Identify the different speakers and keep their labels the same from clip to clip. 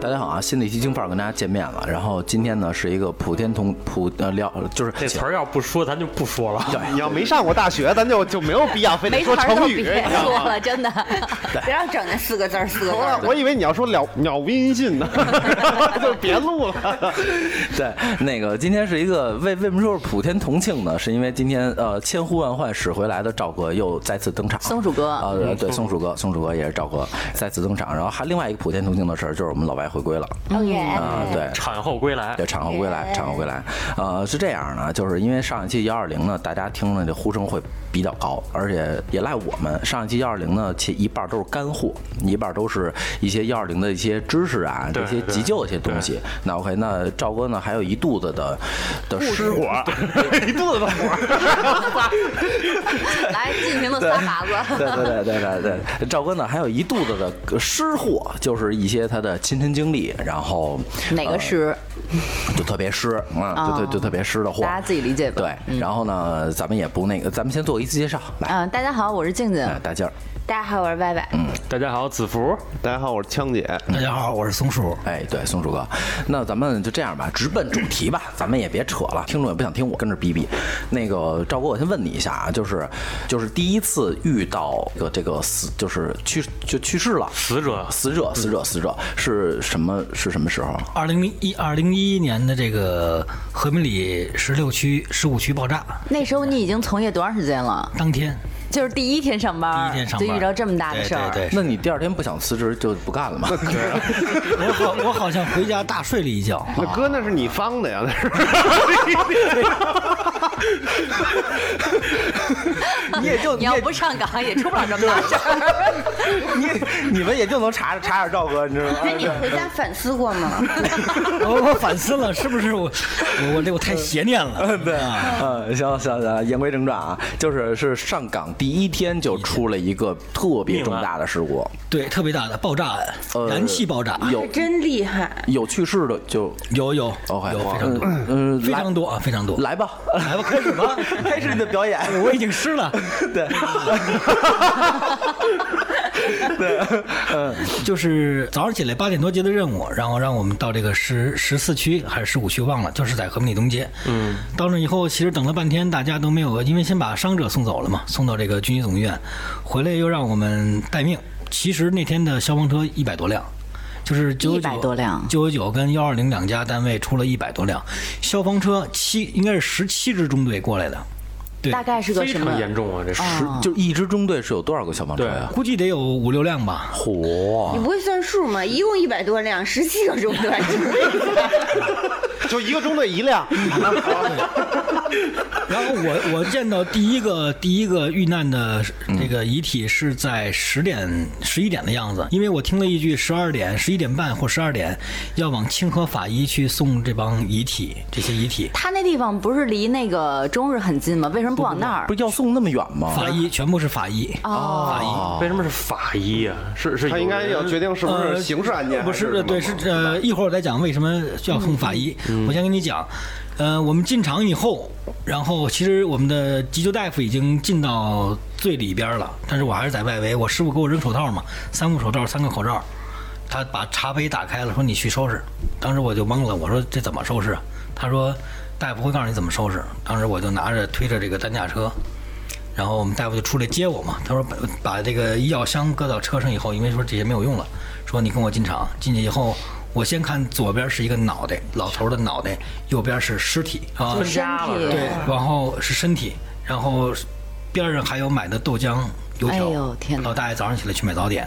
Speaker 1: 大家好啊！心理提经范儿跟大家见面了。然后今天呢是一个普天同普呃聊，就是
Speaker 2: 这词儿要不说，咱就不说了。
Speaker 1: 对
Speaker 3: 你要没上过大学，咱就就没有必要非得
Speaker 4: 没
Speaker 3: 说
Speaker 4: 词儿都
Speaker 3: 成语，
Speaker 4: 别
Speaker 3: 你知道
Speaker 4: 说
Speaker 3: 吗？哦
Speaker 4: 了，真的，别让整那四个字儿四个字儿。
Speaker 3: 我以为你要说了鸟无音信呢，就别录了。
Speaker 1: 对， 那个今天是一个为为什么说是普天同庆呢？是因为今天呃千呼万唤始回来的赵哥又再次登场，
Speaker 4: 松鼠哥嗯
Speaker 1: 啊、对对，松鼠哥，松鼠哥也是赵哥再次登场。然后还另外一个普天同庆的事儿就是我们老白回归了
Speaker 4: 哦耶
Speaker 2: 嗯
Speaker 1: 啊、对。
Speaker 2: 产后归来
Speaker 1: 对，，产后归来，
Speaker 4: 对
Speaker 1: 产后归来，呃，是这样的，就是因为上一期幺二零呢，大家听了这呼声会比较高，而且也赖我们。上一期幺二零呢，其一半都是干货，一半都是一些幺二零的一些知识啊，这
Speaker 2: 对
Speaker 1: 些
Speaker 2: 对
Speaker 1: 急救的一些东西。那 OK，那赵哥呢，还有一肚子的的失火，
Speaker 3: 一肚子的火，
Speaker 4: 来尽情的撒把子。
Speaker 1: 对对对对对对，赵哥呢还有一肚子的湿货，就是一些他的亲身经历，然后
Speaker 4: 哪个是？
Speaker 1: 呃就特别湿啊，就
Speaker 4: 哦
Speaker 1: 特就特别湿的货，
Speaker 4: 大家自己理解吧
Speaker 1: 对，然后呢，咱们也不那个，咱们先做一次介绍，来，
Speaker 4: 嗯，大家好，我是静静。
Speaker 1: 哎大劲儿，
Speaker 4: 大家好，我是歪歪。
Speaker 2: 大家好，子福，
Speaker 3: 大家好，我是枪姐。
Speaker 5: 大家好，我是松鼠。
Speaker 1: 哎，对，松鼠哥，那咱们就这样吧，直奔主题吧，咱们也别扯了，听众也不想听我跟着逼逼。那个赵哥，我先问你一下啊，就是就是第一次遇到这个这个死，就是去就去世了。
Speaker 2: 死者
Speaker 1: 死者，死者，死者是什么？是什么时候？
Speaker 5: 二零一二零一一年的这个和平里十六区十五区爆炸
Speaker 4: 那时候你已经从业多长时间了？
Speaker 5: 当天，
Speaker 4: 就是第一天上
Speaker 5: 第
Speaker 4: 班，
Speaker 5: 一天上班
Speaker 4: 啊就遇到这么大的事儿。
Speaker 5: 对对
Speaker 1: 那你第二天不想辞职就不干了吗？
Speaker 5: 对，我好我好像回家大睡了一觉。
Speaker 3: 那哥，那是你方的呀，那是。
Speaker 1: 你也就
Speaker 4: 你要不上岗也出不了这么大事儿。
Speaker 1: 你你们也就能查查查赵哥，你知道吗？
Speaker 6: 那你回家反思过吗？
Speaker 5: 我我反思了，是不是我我我这我太邪 念了？对啊，
Speaker 1: 嗯，行行行，言归正传啊，就是是上岗第一天就出了一个特别重大的事故，
Speaker 5: 对，特别大的爆炸案，
Speaker 1: 呃
Speaker 5: 燃气爆炸，
Speaker 1: 有
Speaker 6: 真厉害！
Speaker 1: 有去世的就
Speaker 5: 有有
Speaker 1: OK，
Speaker 5: 有非常多，
Speaker 1: 嗯，
Speaker 5: 非常多啊，非常多。
Speaker 1: 来来吧，
Speaker 5: 来吧，开始吧，
Speaker 1: 开始你的 表演。
Speaker 5: 我已经湿了。
Speaker 1: 对，
Speaker 5: 啊就是早上起来八点多接的任务，然后让我们到这个十十四区还是十五区忘了，就是在和平里东街。嗯，到那以后，其实等了半天，大家都没有，因为先把伤者送走了嘛，送到这个军医总医院，回来又让我们待命。其实那天的消防车一百多辆。就是九
Speaker 4: 100多辆
Speaker 5: 九九九跟幺二零两家单位出了一百多辆消防车七，应该是十七支中队过来的，对，
Speaker 4: 大概是个
Speaker 2: 非
Speaker 4: 什么哦
Speaker 2: 常？严重啊，这是
Speaker 1: 就一支中队是有多少个消防车呀？
Speaker 5: 估计得有五六辆吧。
Speaker 1: 嚯
Speaker 6: 你！不会算数吗？一共一百多辆，十七个中队，
Speaker 3: 就一个中队一辆，
Speaker 5: 然后我我见到第一个第一个遇难的这个遗体是在十点十一点的样子，因为我听了一句十二点十一点半或十二点要往清河法医去送这帮遗体这些遗体，
Speaker 4: 他那地方不是离那个中日很近吗？为什么不往那儿
Speaker 1: 不？是要送那么远吗？
Speaker 5: 法医全部是法医，
Speaker 1: 哦
Speaker 2: 为什么是法医啊？是是有
Speaker 3: 他
Speaker 2: 人，
Speaker 3: 应该要决定是不
Speaker 5: 呃
Speaker 3: 是刑事案件，
Speaker 5: 不
Speaker 3: 还是
Speaker 5: 是
Speaker 3: 什么
Speaker 5: 对是呃一会儿我再讲为什么要送法医，
Speaker 3: 嗯
Speaker 5: 我先跟你讲，呃我们进场以后，然后其实我们的急救大夫已经进到最里边了，但是我还是在外围，我师傅给我扔手套嘛，三副手套三个口罩，他把茶杯打开了，说你去收拾，当时我就懵了，我说这怎么收拾啊？他说大夫会告诉你怎么收拾，当时我就拿着推着这个担架车。然后我们大夫就出来接我嘛，他说把把这个医药箱搁到车上以后，因为说这些没有用了，说你跟我进厂，进去以后，我先看左边是一个脑袋，老头的脑袋，右边是尸体啊，
Speaker 2: 分家了，
Speaker 6: 身
Speaker 2: 是
Speaker 6: 体
Speaker 2: 吧
Speaker 5: 对，然后是身体，然后边上还有买的豆浆、油条。
Speaker 4: 哎呦天哪
Speaker 5: 老大爷早上起来去买早点，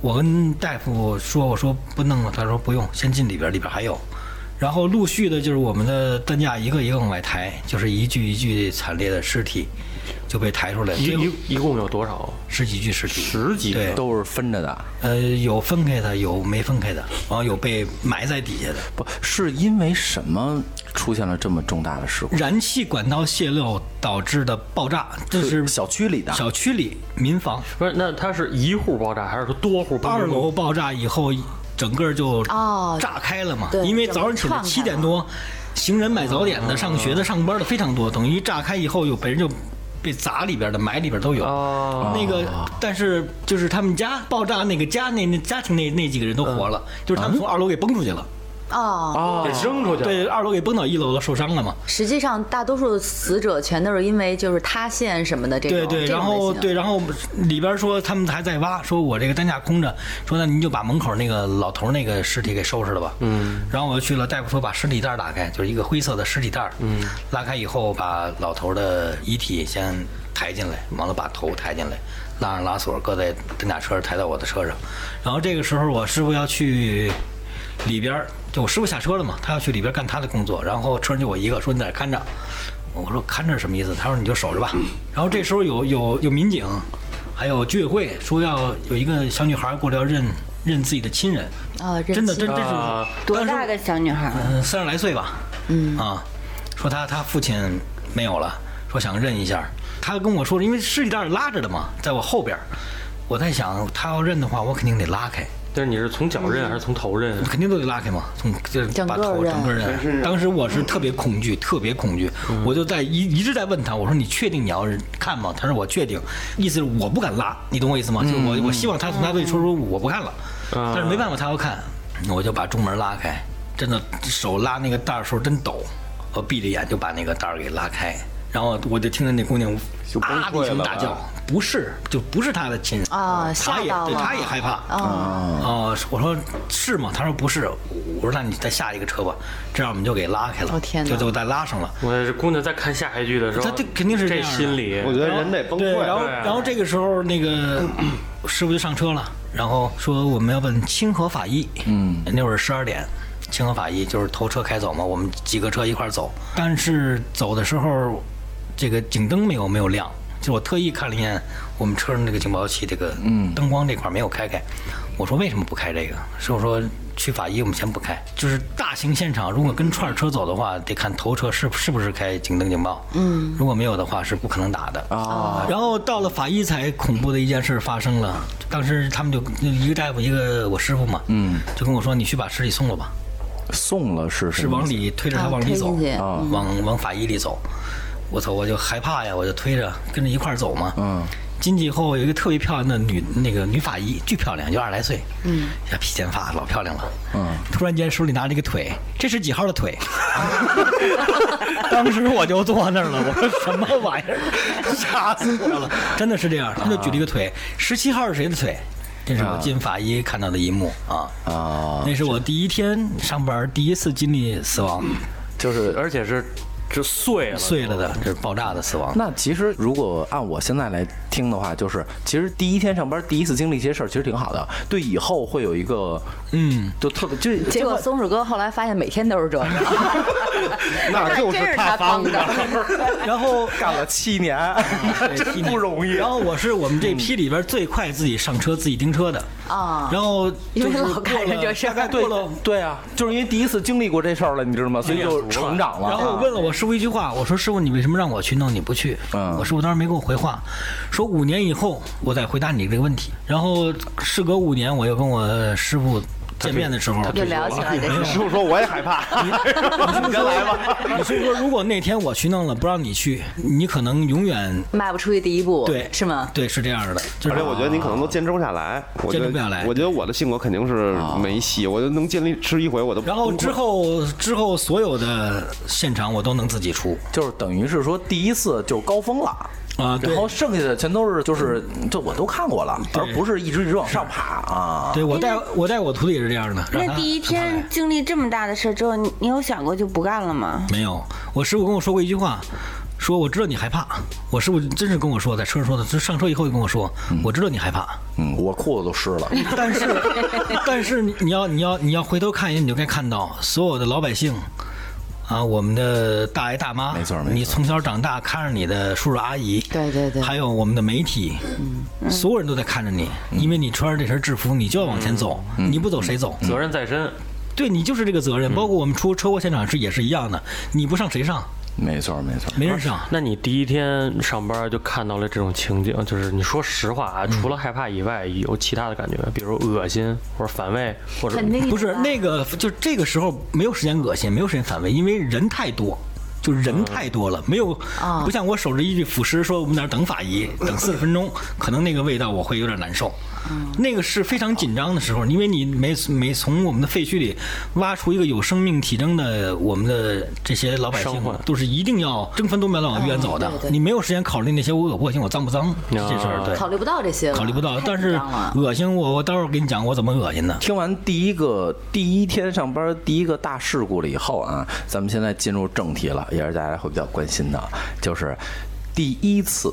Speaker 5: 我跟大夫说，我说不弄了，他说不用，先进里边，里边还有。然后陆续的就是我们的担架一个一个往外抬，就是一具一具惨烈的尸体就被抬出来，
Speaker 2: 一
Speaker 5: 最后
Speaker 2: 一一共有多少？
Speaker 5: 十几具尸体，
Speaker 2: 十几
Speaker 5: 对，
Speaker 1: 都是分着的，
Speaker 5: 呃有分开的，有没分开的，然后有被埋在底下的。
Speaker 1: 不是因为什么出现了这么重大的事故？
Speaker 5: 燃气管道泄漏导致的爆炸，这是
Speaker 1: 小区里的，
Speaker 5: 小区里民房
Speaker 2: 不是，那他是一户爆炸还哦是说多户？
Speaker 5: 二楼爆炸以后，整个就
Speaker 4: 哦
Speaker 5: 炸开了嘛。
Speaker 4: 对
Speaker 5: 因为早上起来
Speaker 4: 整个
Speaker 5: 七
Speaker 4: 串开嗯
Speaker 5: 点多，行人买早点的、上学的、上班的非常多，等于炸开以后，有本人就被砸里边的、埋里边都有。
Speaker 2: 啊，
Speaker 5: 那个，但是就是他们家爆炸那个家那那家庭那那几个人都活了，就是他们从二楼给崩出去了，
Speaker 4: 哦，
Speaker 2: 给嗯扔出去了。
Speaker 5: 对，二楼给崩到一楼了，受伤了嘛。
Speaker 4: 实际上大多数死者全都是因为就是塌陷什么的这种，
Speaker 5: 对对，
Speaker 4: 这种
Speaker 5: 然后
Speaker 4: 类型
Speaker 5: 对，然后里边说他们还在挖，说我这个担架空着，说那您就把门口那个老头那个尸体给收拾了吧。嗯，然后我就去了，大夫说把尸体袋儿打开，就是一个灰色的尸体袋。嗯，拉开以后把老头的遗体先抬进来，完了把头抬进来，拉上拉锁，搁在担架车上，抬到我的车上。然后这个时候我师傅要去里边儿，就我师傅下车了嘛，他要去里边干他的工作，然后车上就我一个，说你在这儿看着。我说看着是什么意思？他说你就守着吧。然后这时候有有有民警，还有居委会说要有一个小女孩过来要认认自己的亲人，
Speaker 4: 啊，认
Speaker 5: 真的
Speaker 4: 亲
Speaker 5: 真真是
Speaker 2: 啊
Speaker 6: 多大个小女孩儿？
Speaker 5: 嗯，三十来岁吧，嗯啊，说他他父亲没有了，说想认一下。他跟我说，因为尸体袋拉着的嘛，在我后边儿。我在想，他要认的话，我肯定得拉开，
Speaker 2: 但是你是从脚认还是从头认？
Speaker 5: 肯定都得拉开嘛，从就是
Speaker 4: 整
Speaker 5: 把
Speaker 4: 个
Speaker 5: 头
Speaker 4: 人
Speaker 5: 整个人。当时我是特别恐惧，特别恐惧，
Speaker 3: 嗯
Speaker 5: 我就在一一直在问他，我说你确定你要看吗？他说我确定，意思是我不敢拉，你懂我意思吗？就是
Speaker 3: 嗯
Speaker 5: 我我希望他从他嘴里说出我不看了，但是没办法，他要看，我就把中门拉开，真的手拉那个袋儿的时候真抖，我闭着眼就把那个袋儿给拉开。然后我就听见那姑娘
Speaker 3: 就崩
Speaker 5: 啊的一
Speaker 3: 溃
Speaker 5: 声
Speaker 3: 了
Speaker 5: 大
Speaker 3: 吧
Speaker 5: 叫，不是，就不是他的亲人
Speaker 4: 啊吓
Speaker 5: 他也
Speaker 4: 到
Speaker 5: 对，
Speaker 4: 了
Speaker 5: 他也害怕嗯哦，我说是吗？他说不是。我说那你再下一个车吧，这样我们就给拉开了。
Speaker 4: 哦天哪
Speaker 5: 就就再拉上了。
Speaker 2: 我这姑娘在看下一句的时候，
Speaker 5: 她这肯定是这
Speaker 2: 这
Speaker 5: 样的
Speaker 2: 心理。
Speaker 3: 我觉得人得崩
Speaker 5: 对，
Speaker 3: 溃。
Speaker 5: 然后
Speaker 2: 对
Speaker 5: 然后这个时候那个师傅就上车了，然后说我们要问清河法医。嗯，那会儿十二点，清河法医就是头车开走嘛，我们几个车一块儿走。但是走的时候，这个警灯没有没有亮，就我特意看了一眼我们车上这个警报器这个灯光这块没有开开。我说为什么不开这个？师傅说去法医我们先不开，就是大型现场如果跟串儿车走的话，得看头车是是不是开警灯警报。嗯，如果没有的话是不可能打的。
Speaker 1: 啊，
Speaker 5: 然后到了法医才恐怖的一件事发生了，当时他们就一个大夫一个我师傅嘛，嗯，就跟我说你去把尸体送了吧，
Speaker 1: 送了是什
Speaker 5: 是
Speaker 1: 么
Speaker 5: 往里推着他
Speaker 4: 啊
Speaker 5: 往里
Speaker 4: 推
Speaker 5: 走
Speaker 4: 进去，
Speaker 5: 往往法医里走，我操，我就害怕呀，我就推着跟着一块儿走嘛，嗯，进去以后有一个特别漂亮的女那个女法医，巨漂亮，就二十来岁，嗯，呀披肩发老漂亮了，嗯，突然间手里拿着一个腿，这是几号的腿？ 当时我就坐那儿了，我说什么玩意儿， 吓死我了！真的是这样，他就举了一个腿，十七号是谁的腿？这是我进法医看到的一幕啊！
Speaker 1: 啊？
Speaker 5: 那是我第一天上班第一次经历死亡，
Speaker 2: 就是，而且是就碎了，
Speaker 5: 碎了的，这是爆炸的死亡。
Speaker 1: 那其实如果按我现在来听的话，就是其实第一天上班，第一次经历这些事儿，其实挺好的，对以后会有一个嗯，就特别就是
Speaker 4: 结果松鼠哥后来发现每天都是这样，
Speaker 3: 那就
Speaker 4: 真
Speaker 3: 是
Speaker 4: 是他
Speaker 3: 帮
Speaker 4: 帮
Speaker 3: 的。
Speaker 4: 的。
Speaker 5: 然后
Speaker 1: 干了七 年， 真不容易
Speaker 5: 然。后我是我们这批里边最快自己上车、自己盯车的
Speaker 4: 啊
Speaker 5: 然后
Speaker 4: 因为
Speaker 5: 就是
Speaker 4: 老赶着
Speaker 5: 过了
Speaker 4: 这事儿
Speaker 5: 大概
Speaker 1: 对
Speaker 5: 过了
Speaker 1: 对啊，就是因为第一次经历过这事儿了，你知道吗？
Speaker 5: 哎
Speaker 1: 所以就成长了。
Speaker 5: 然后我问了我师傅一句话，我说师傅你为什么让我去弄你不去？
Speaker 1: 嗯
Speaker 5: 我师傅当时没给我回话，说五年以后我再回答你这个问题。然后事隔五年，我又跟我师傅见面的时候，
Speaker 4: 就聊起来这事
Speaker 3: 你师傅说我也害怕，
Speaker 5: 原来吧。 你师傅说如果那天我去弄了不让你去，你可能永远
Speaker 4: 迈不出去第一步，
Speaker 5: 对
Speaker 4: 是吗？
Speaker 5: 对是这样的，就
Speaker 3: 而
Speaker 5: 是
Speaker 3: 且我觉得你可能都坚持不下来。我觉
Speaker 5: 坚
Speaker 3: 得
Speaker 5: 持不下来
Speaker 3: 我觉得我的性格肯定是没戏，我就能尽力吃一回我都。
Speaker 5: 然后之后之后所有的现场我都能自己出，
Speaker 1: 就是等于是说第一次就高峰了
Speaker 5: 啊对
Speaker 1: 然后剩下的全都是就是这我都看过了，而不是一直一直往上爬
Speaker 6: 哦
Speaker 1: 啊。
Speaker 5: 对我带我带我徒弟也是这样的。让
Speaker 6: 那
Speaker 5: 他
Speaker 6: 第一天经历这么大的事儿之后，你你有想过就不干了吗？
Speaker 5: 没有，我师傅跟我说过一句话，说我知道你害怕。我师傅真是跟我说，在车上说的，就上车以后就跟我说，我知道你害怕，
Speaker 1: 嗯，我裤子都湿 了。
Speaker 5: 但是但是你要你要你要回头看一眼，你就该看到所有的老百姓。啊，我们的大爷大妈，
Speaker 1: 没错没错
Speaker 5: 你从小长大看着你的叔叔阿姨，
Speaker 4: 对对对嗯
Speaker 5: 还有我们的媒体，所有人都在看着你，
Speaker 1: 嗯
Speaker 5: 因为你穿着这身制服，你就要往前走，你不走谁走？
Speaker 1: 嗯
Speaker 2: 责任在身。
Speaker 5: 对你就是这个责任，包括我们出车祸现场是也是一样的，你不上谁上？
Speaker 1: 没错没错，
Speaker 5: 没人上。
Speaker 2: 那你第一天上班就看到了这种情景，就是你说实话啊，除了害怕以外，有其他的感觉吗？比如恶心，或者反胃，或者
Speaker 4: 肯定
Speaker 5: 不是那个，就这个时候没有时间恶心，没有时间反胃，因为人太多。就人太多了，没有
Speaker 4: 嗯啊
Speaker 5: 不像我手着一具腐尸说我们在那儿等法医，等四十分钟，可能那个味道我会有点难受。
Speaker 4: 嗯
Speaker 5: 那个是非常紧张的时候，因为你每每从我们的废墟里挖出一个有生命体征的我们的这些老百姓
Speaker 2: 伤患，
Speaker 5: 都是一定要争分夺秒地往医院走的
Speaker 4: 嗯对。对啊
Speaker 5: 你没有时间考虑那些我恶不恶心，我脏不脏这事儿，对，
Speaker 4: 考虑不到这些了，
Speaker 5: 考虑不到。
Speaker 4: 太
Speaker 5: 但
Speaker 4: 紧
Speaker 5: 是
Speaker 4: 张了
Speaker 5: 恶心我，我待会儿给你讲我怎么恶心的。
Speaker 1: 听完第一个第一天上班第一个大事故了以后啊，咱们现在进入正题了，也是大家会比较关心的，就是第一次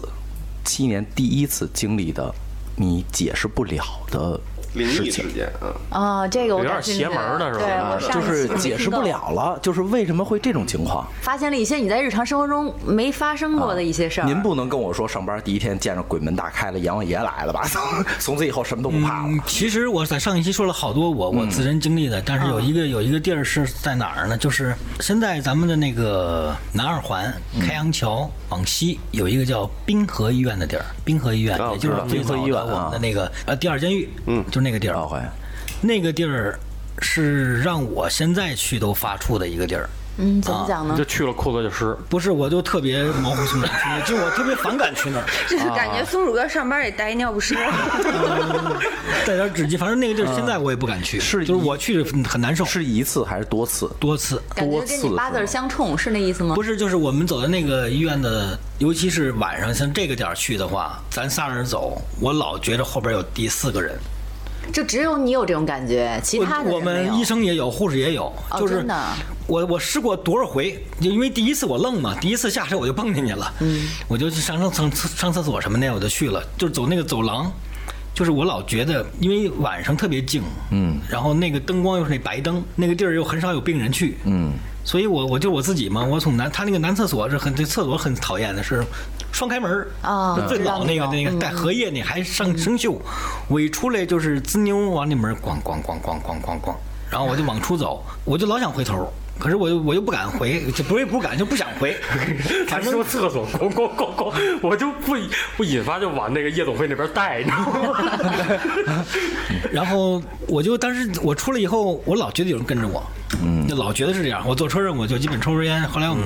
Speaker 1: 七年第一次经历的你解释不了的
Speaker 3: 灵异
Speaker 1: 事情
Speaker 3: 事。件啊，
Speaker 4: 啊，这个我
Speaker 2: 有点
Speaker 4: 感兴趣
Speaker 2: 邪门儿的是吧
Speaker 4: 对，
Speaker 2: 啊
Speaker 4: 我上
Speaker 1: 就
Speaker 4: 一
Speaker 1: 是
Speaker 4: 期没
Speaker 1: 解释
Speaker 4: 听
Speaker 1: 不
Speaker 4: 到，
Speaker 1: 了了，就是为什么会这种情况？
Speaker 4: 发现了一些你在日常生活中没发生过的一些事儿。
Speaker 1: 您不能跟我说上班第一天见着鬼门大开了，阎王爷来了吧？ 从此以后什么都不怕了。
Speaker 5: 嗯，其实我在上一期说了好多我
Speaker 1: 嗯
Speaker 5: 我自身经历的，但是有一个有一个地儿是在哪儿呢？就是现在咱们的那个南二环开阳桥往西有一个叫滨河医院的地儿，滨河医院，
Speaker 3: 啊
Speaker 5: 也就是
Speaker 1: 我嗯哦知道
Speaker 5: 最早
Speaker 1: 滨河医
Speaker 5: 的
Speaker 1: 院
Speaker 5: 我
Speaker 1: 啊哦
Speaker 5: 们的那个呃第二监狱，嗯，就是那个地儿
Speaker 1: 老，回
Speaker 5: 那个地儿是让我现在去都发怵的一个地儿。
Speaker 4: 嗯，
Speaker 5: 啊
Speaker 4: 怎么讲呢
Speaker 2: 就？去了裤子就湿，
Speaker 5: 不是，我就特别毛骨悚然去 那儿，就我特别反感去那儿。
Speaker 6: 就是感觉松鼠哥上班也待尿不湿。
Speaker 5: 带点纸巾，反正那个地儿现在我也不敢去，
Speaker 1: 是
Speaker 5: 就
Speaker 1: 一
Speaker 5: 是我去很难受，
Speaker 1: 是一次还是多次？
Speaker 5: 多次。
Speaker 4: 感觉跟你八字儿相冲，是那意思吗？
Speaker 5: 不是，就是我们走到那个医院的，尤其是晚上，像这个点儿去的话，咱仨人走，我老觉着后边有第四个人。
Speaker 4: 就只有你有这种感觉，其他的
Speaker 5: 我我
Speaker 4: 人没有
Speaker 5: 们医生也有，护士也有，
Speaker 4: 哦
Speaker 5: 就是
Speaker 4: 真的
Speaker 5: 我我试过多少回，就因为第一次我愣嘛，第一次下车我就蹦进去了，嗯，我就去上上上上厕所什么的，我就去了，就是走那个走廊。就是我老觉得，因为晚上特别静，嗯，然后那个灯光又是那白灯，那个地儿又很少有病人去，嗯，所以我我就我自己嘛，我从男他那个男厕所是很这厕所很讨厌的是双开门儿
Speaker 4: 啊
Speaker 5: 就最
Speaker 4: 知道
Speaker 5: 老
Speaker 4: 那
Speaker 5: 那个
Speaker 4: 种
Speaker 5: 那个带荷叶那还上生锈，我一出来就是滋妞往里门咣咣咣咣咣咣咣，然后我就往出走，我就老想回头，可是我又我又不敢回，就不是不敢就不想回，
Speaker 2: 他
Speaker 5: 反
Speaker 2: 说
Speaker 5: 正
Speaker 2: 厕所咣咣咣咣，我就不不引发就往那个夜总会那边带，你知道吗？
Speaker 5: 然后我就当时我出来以后，我老觉得有人跟着我，嗯，就老觉得是这样。我坐车上我就基本抽根烟。后来我们、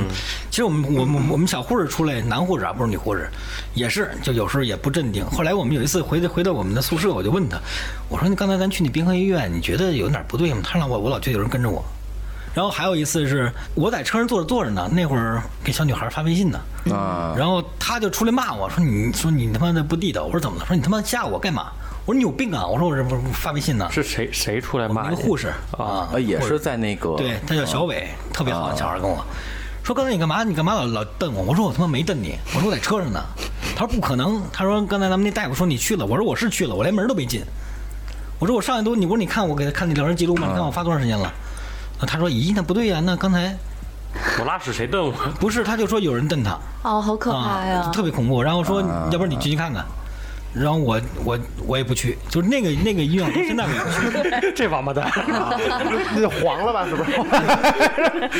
Speaker 5: 其实我们我们我们小护士出来，男护士啊不是女护士，也是就有时候也不镇定。后来我们有一次回到回到我们的宿舍，我就问他，我说你刚才咱去那滨河医院，你觉得有哪儿不对吗？他让我我老觉得有人跟着我。然后还有一次是我在车上坐着坐着呢，那会儿给小女孩发微信呢，
Speaker 1: 啊，
Speaker 5: 然后他就出来骂我说：“你说你他妈的不地道！”我说：“怎么了？”说：“你他妈吓我干嘛？”我说：“你有病啊！”我说：“我这不是发微信 呢。”
Speaker 2: 是谁谁出来骂
Speaker 5: 一
Speaker 2: 你？
Speaker 5: 个护士啊
Speaker 1: 呃，也是在那个
Speaker 5: 对，他叫小伟，特别好的小孩跟我说：“刚才你干嘛？你干嘛老老瞪我？”我说：“我他妈没瞪你，我说我在车上呢。”他说：“不可能。”他说：“刚才咱们那大夫说你去了。”我说：“我是去了，我连门都没进。”我说：“我上来都你我说你看我给他看那聊天记录吗？你看我发多长时间了？”啊他说：“咦，那不对呀、那刚才
Speaker 2: 我拉屎谁瞪我？
Speaker 5: 不是？”他就说有人瞪他。
Speaker 4: 哦，好可
Speaker 7: 哎
Speaker 4: 怕呀
Speaker 5: 啊，！特别恐怖。然后说，要不然你进去看看。然后我我我也不去，就是那个那个医院，我 到现在我也不去。
Speaker 2: 这王八蛋！
Speaker 3: 那就黄了吧，是不是？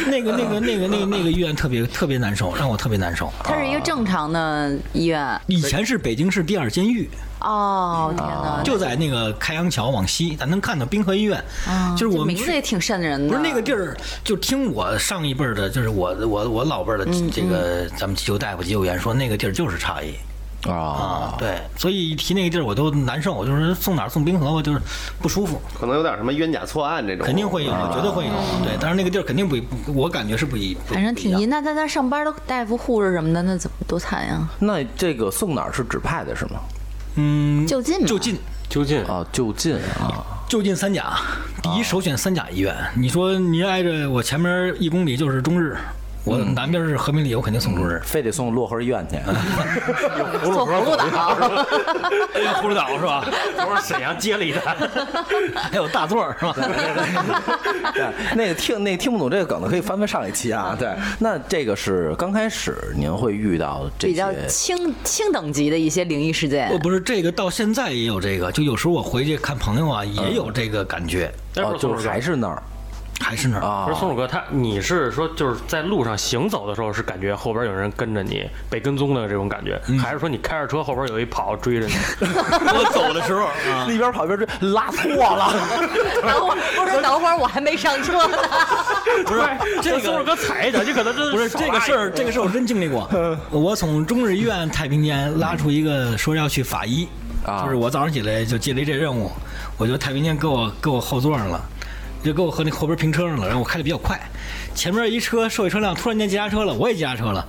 Speaker 5: 那个那个那个那个那个医院特别特别难受，让我特别难受。
Speaker 4: 它是一个正常的医院
Speaker 5: 以前是北京市第二监狱，啊
Speaker 4: 哦，天哪！
Speaker 5: 就在那个开阳桥往西，咱能看到滨河医院，
Speaker 4: 啊
Speaker 5: 就是我们
Speaker 4: 名字
Speaker 5: 去。
Speaker 4: 也挺瘆人的，
Speaker 5: 不是那个地儿，就听我上一辈儿的，就是我我我老辈
Speaker 4: 嗯
Speaker 5: 儿的这个咱们急救大夫、急救员说，那个地儿就是差异。
Speaker 1: 啊，
Speaker 5: 啊，对，所以一提那个地儿我都难受，我就是送哪儿送冰河，我就是不舒服。
Speaker 3: 可能有点什么冤假错案这种，
Speaker 5: 肯定会有，我觉得会有。对，但是那个地儿肯定不一，不我感觉是不一，不
Speaker 4: 嗯反正
Speaker 5: 不
Speaker 4: 挺
Speaker 5: 一
Speaker 4: 阴。
Speaker 5: 样
Speaker 4: 那在那上班的大夫、护士什么的，那怎么多惨呀？
Speaker 1: 那这个送哪儿是指派的是吗？
Speaker 5: 嗯，
Speaker 4: 就近吧
Speaker 5: 就近
Speaker 2: 究竟
Speaker 1: 啊，就近啊，
Speaker 5: 就近三甲，第一首选三甲医院。你说您挨着我前面一公里就是中日，我南边是和平里，我肯定送中日。
Speaker 1: 非得送漯河医院去。
Speaker 4: 做葫芦啊岛，
Speaker 5: 葫芦岛 是吧？
Speaker 2: 都是沈阳接 力的，
Speaker 5: 还有大座儿是吧？
Speaker 1: 对，那个听那个听不懂这个梗的可以翻翻上一期啊。对，那这个是刚开始您会遇到这
Speaker 4: 比较
Speaker 1: 些
Speaker 4: 轻轻等级的一些灵异事件
Speaker 7: 嗯
Speaker 5: 哦我。不是这个，到现在也有这个，就有时候我回去看朋友啊，也有这个感觉。
Speaker 1: 哦哦，就是还是那儿
Speaker 5: 还是那儿。
Speaker 1: 啊
Speaker 2: 不是松鼠哥，他你是说就是在路上行走的时候是感觉后边有人跟着你，被跟踪的这种感觉，还是说你开着车后边有一跑追着你？
Speaker 5: 我走的时候，
Speaker 1: 一边跑一边追，拉错了。
Speaker 7: 等会儿，不是等会儿，我还没上车 呢。
Speaker 2: 不是哎这松鼠哥踩一脚，你可能真
Speaker 5: 不是
Speaker 2: 手
Speaker 5: 这个
Speaker 2: 拉一
Speaker 5: 事儿，这个事儿我真经历过。我从中日医院太平间拉出一个说要去法医，
Speaker 1: 啊
Speaker 5: 就是我早上起来就接了一这任务，我就太平间给我给我后座上了。就给我和那后边平车上了，然后我开的比较快，前面一车社会车辆突然间急刹车了，我也急刹车了，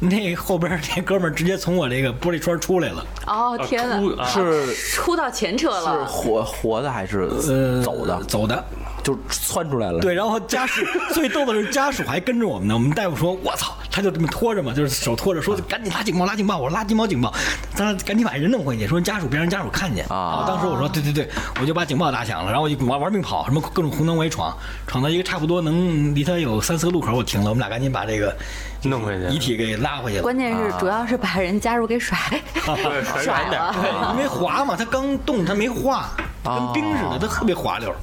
Speaker 5: 那后边那哥们儿直接从我这个玻璃窗出来了，
Speaker 7: 哦，天
Speaker 2: 啊
Speaker 7: 哪，
Speaker 2: 哭 啊
Speaker 1: 是
Speaker 7: 出到前车
Speaker 1: 是
Speaker 7: 了，
Speaker 1: 活活的还是
Speaker 5: 呃，
Speaker 1: 走的？
Speaker 5: 走的，
Speaker 1: 就窜出 来了。
Speaker 5: 对，然后家属最逗的是家属还跟着我们呢。我们 大夫说：“我操！”他就这么拖着嘛，就是手拖着说：“赶紧拉警报，拉警报！”我说：“拉警报，警报！”咱俩赶紧把人弄回去，说家属别让家属看见
Speaker 1: 啊
Speaker 5: 当时我说：“对对对，我就把警报打响了，然后我就玩玩命跑，什么各种红灯我也闯，闯到一个差不多能离他有三四个路口，我停了，我们俩赶紧把这个
Speaker 2: 弄回去
Speaker 5: 遗体给拉回去了。
Speaker 7: 关键
Speaker 1: 啊
Speaker 7: 是主要是把人家属给甩甩了。
Speaker 5: 对，因为滑嘛，它刚动，它没化，跟冰似的，它特别滑溜。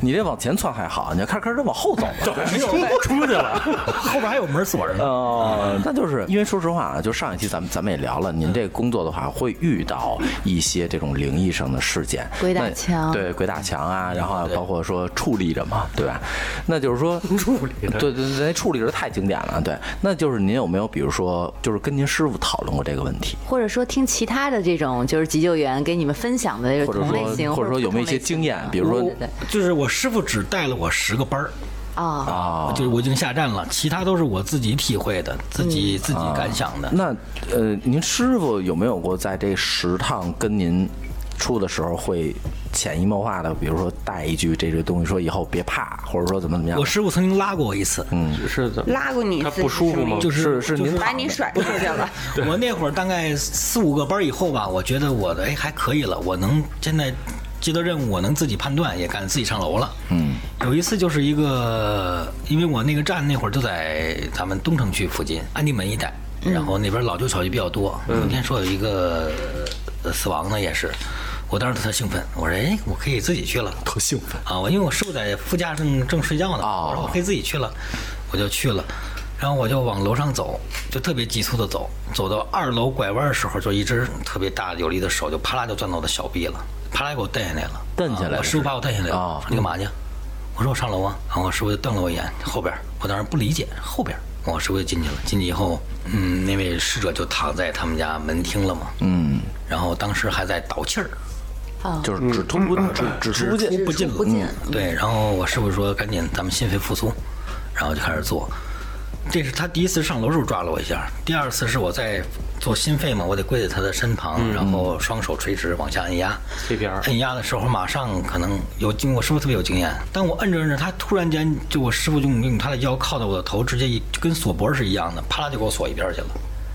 Speaker 1: 你这往前窜还好，你要开始开始往后走了。
Speaker 5: 没有
Speaker 2: 出去了，
Speaker 5: 后边还有门锁着呢。
Speaker 1: 哦，那就是因为说实话啊，就上一期咱们咱们也聊了，您这工作的话会遇到一些这种灵异上的事件，
Speaker 7: 鬼打
Speaker 1: 那
Speaker 7: 墙
Speaker 1: 对鬼打墙啊，然后包括说处理着嘛，对吧？那就是说 处理着，对对对，那处理着太经典了，对。那就是您有没有比如说，就是跟您师傅讨论过这个问题，
Speaker 7: 或者说听其他的这种就是急救员给你们分享的这
Speaker 1: 或
Speaker 7: 种
Speaker 1: 者
Speaker 7: 同类型，
Speaker 1: 说或者说有没有一些经验，比如说
Speaker 7: 对对
Speaker 5: 就是我师傅只带了我十个班儿。
Speaker 7: 啊，
Speaker 1: 啊，
Speaker 5: 就是我已经下站了，其他都是我自己体会的，自己自己
Speaker 1: 啊
Speaker 5: 感想的。
Speaker 1: 那呃，您师傅有没有过在这十趟跟您出的时候会潜移默化的，比如说带一句这个东西，说以后别怕，或者说怎么怎么样
Speaker 5: 我？师傅曾经拉过我一次，
Speaker 2: 是怎么
Speaker 6: 拉过你一
Speaker 2: 他
Speaker 6: 次
Speaker 2: 不舒服吗？
Speaker 6: 是
Speaker 5: 就是是
Speaker 1: 是您
Speaker 6: 把你甩出去了，
Speaker 5: 我那会儿大概四五个班儿以后吧，我觉得我的哎还可以了，我能现在接到任务，我能自己判断，也敢自己上楼了。嗯，有一次就是一个，因为我那个站那会儿就在咱们东城区附近安定门一带，然后那边老旧小区比较多。昨天说有一个呃死亡的也是。我当时特兴奋，我说：“哎，我可以自己去了。”特兴奋啊！我因为我师傅在副驾正正睡觉呢，
Speaker 1: 哦
Speaker 5: 我说我可以自己去了，我就去了。然后我就往楼上走，就特别急促的走，走到二楼拐弯的时候，就一只特别大有力的手就啪啦就攥到我的小臂了，啪啦给我蹬下来了，
Speaker 1: 蹬下来了
Speaker 5: 啊我师傅把我蹬下来了，
Speaker 1: 哦
Speaker 5: 说你干嘛去？我说我上楼啊，然后我师傅就瞪了我一眼，后边儿，我当时不理解，后边儿，我师傅就进去了，进去以后，嗯，那位逝者就躺在他们家门厅了嘛，嗯，然后当时还在倒气儿，
Speaker 7: 嗯
Speaker 1: 就是只
Speaker 5: 嗯
Speaker 1: 突不只只出不进，
Speaker 5: 不进不进、嗯对，然后我师傅说赶紧咱们心肺复苏，然后就开始做。这是他第一次上楼时候抓了我一下，第二次是我在做心肺嘛，我得跪在他的身旁，然后双手垂直往下按压。
Speaker 2: CPR
Speaker 5: 按压的时候，马上可能有经，我师傅特别有经验。当我摁着摁着，他突然间就我师傅就用他的腰靠到我的头，直接一就跟锁脖是一样的，啪啦就给我锁一边去了。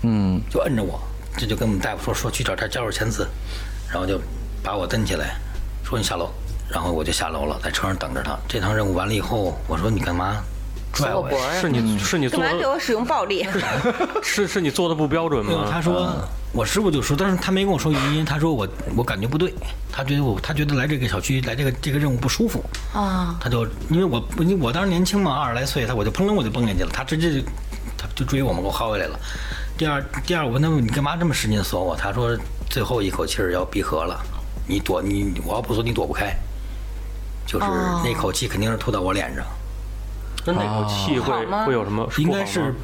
Speaker 5: 嗯，就摁着我，这就跟我们大夫说说去找他家属签字，然后就把我蹬起来，说你下楼，然后我就下楼了，在车上等着他。这趟任务完了以后，我说你干嘛拽我呀？
Speaker 2: 是你
Speaker 5: 嗯
Speaker 2: 是你
Speaker 6: 干
Speaker 2: 做
Speaker 6: 嘛对
Speaker 2: 的
Speaker 6: 我使用暴力？
Speaker 2: 是是你做的不标准
Speaker 5: 没有，他
Speaker 2: 吗？
Speaker 5: 说我师傅就说，但是他没跟我说原因，他说我我感觉不对，他觉得我他觉得来这个小区来这个这个任务不舒服啊，他就因为我因为我当时年轻嘛，二十来岁，他我就砰楞我就蹦进去了，他直接就他就追我们给我薅回来了。第二第二我问他你干嘛这么使劲锁我，他说最后一口气儿要闭合了，你躲你我要不说你躲不开，就是那口气肯定是吐到我脸上。
Speaker 2: 那那口气会会有什么？
Speaker 5: 啊应该是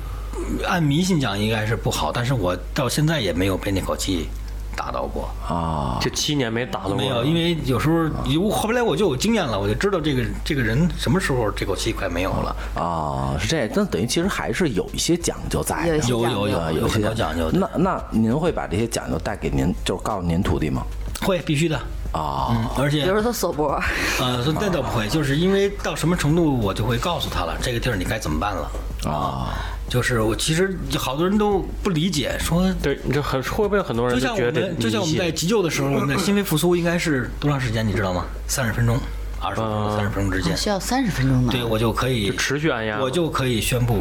Speaker 5: 按迷信讲应该是不好，但是我到现在也没有被那口气打到过。
Speaker 1: 啊，
Speaker 2: 这七年没打到过，
Speaker 5: 没有，因为有时候有后来我就有经验了，我就知道这个这个人什么时候这口气快没有了。
Speaker 1: 啊，是这样，那等于其实还是有一些讲究在
Speaker 7: 有一
Speaker 1: 的
Speaker 7: 些。
Speaker 5: 有有
Speaker 1: 啊
Speaker 5: 有
Speaker 1: 有一些
Speaker 5: 很多讲究的，
Speaker 1: 那那您会把这些讲究带给您，就是告诉您徒弟吗？
Speaker 5: 会必须的。
Speaker 1: 啊，
Speaker 5: 嗯，而且
Speaker 7: 比如说锁脖，
Speaker 5: 呃，说那倒不会，就是因为到什么程度，我就会告诉他了，这个地儿你该怎么办了啊。就是我其实好多人都不理解，说
Speaker 2: 对，这很会不会很多人
Speaker 5: 就
Speaker 2: 就
Speaker 5: 像我
Speaker 2: 觉得这
Speaker 5: 们就像我
Speaker 2: 迷
Speaker 5: 们
Speaker 2: 信
Speaker 5: 在急救的时候，我们的心肺复苏应该是多长时间？你知道吗？三十分钟，二十分钟到三十分钟之 间。
Speaker 7: 需要三十分钟呢。
Speaker 5: 对，我就可以
Speaker 2: 嗯就持续按压
Speaker 5: 我就可以宣布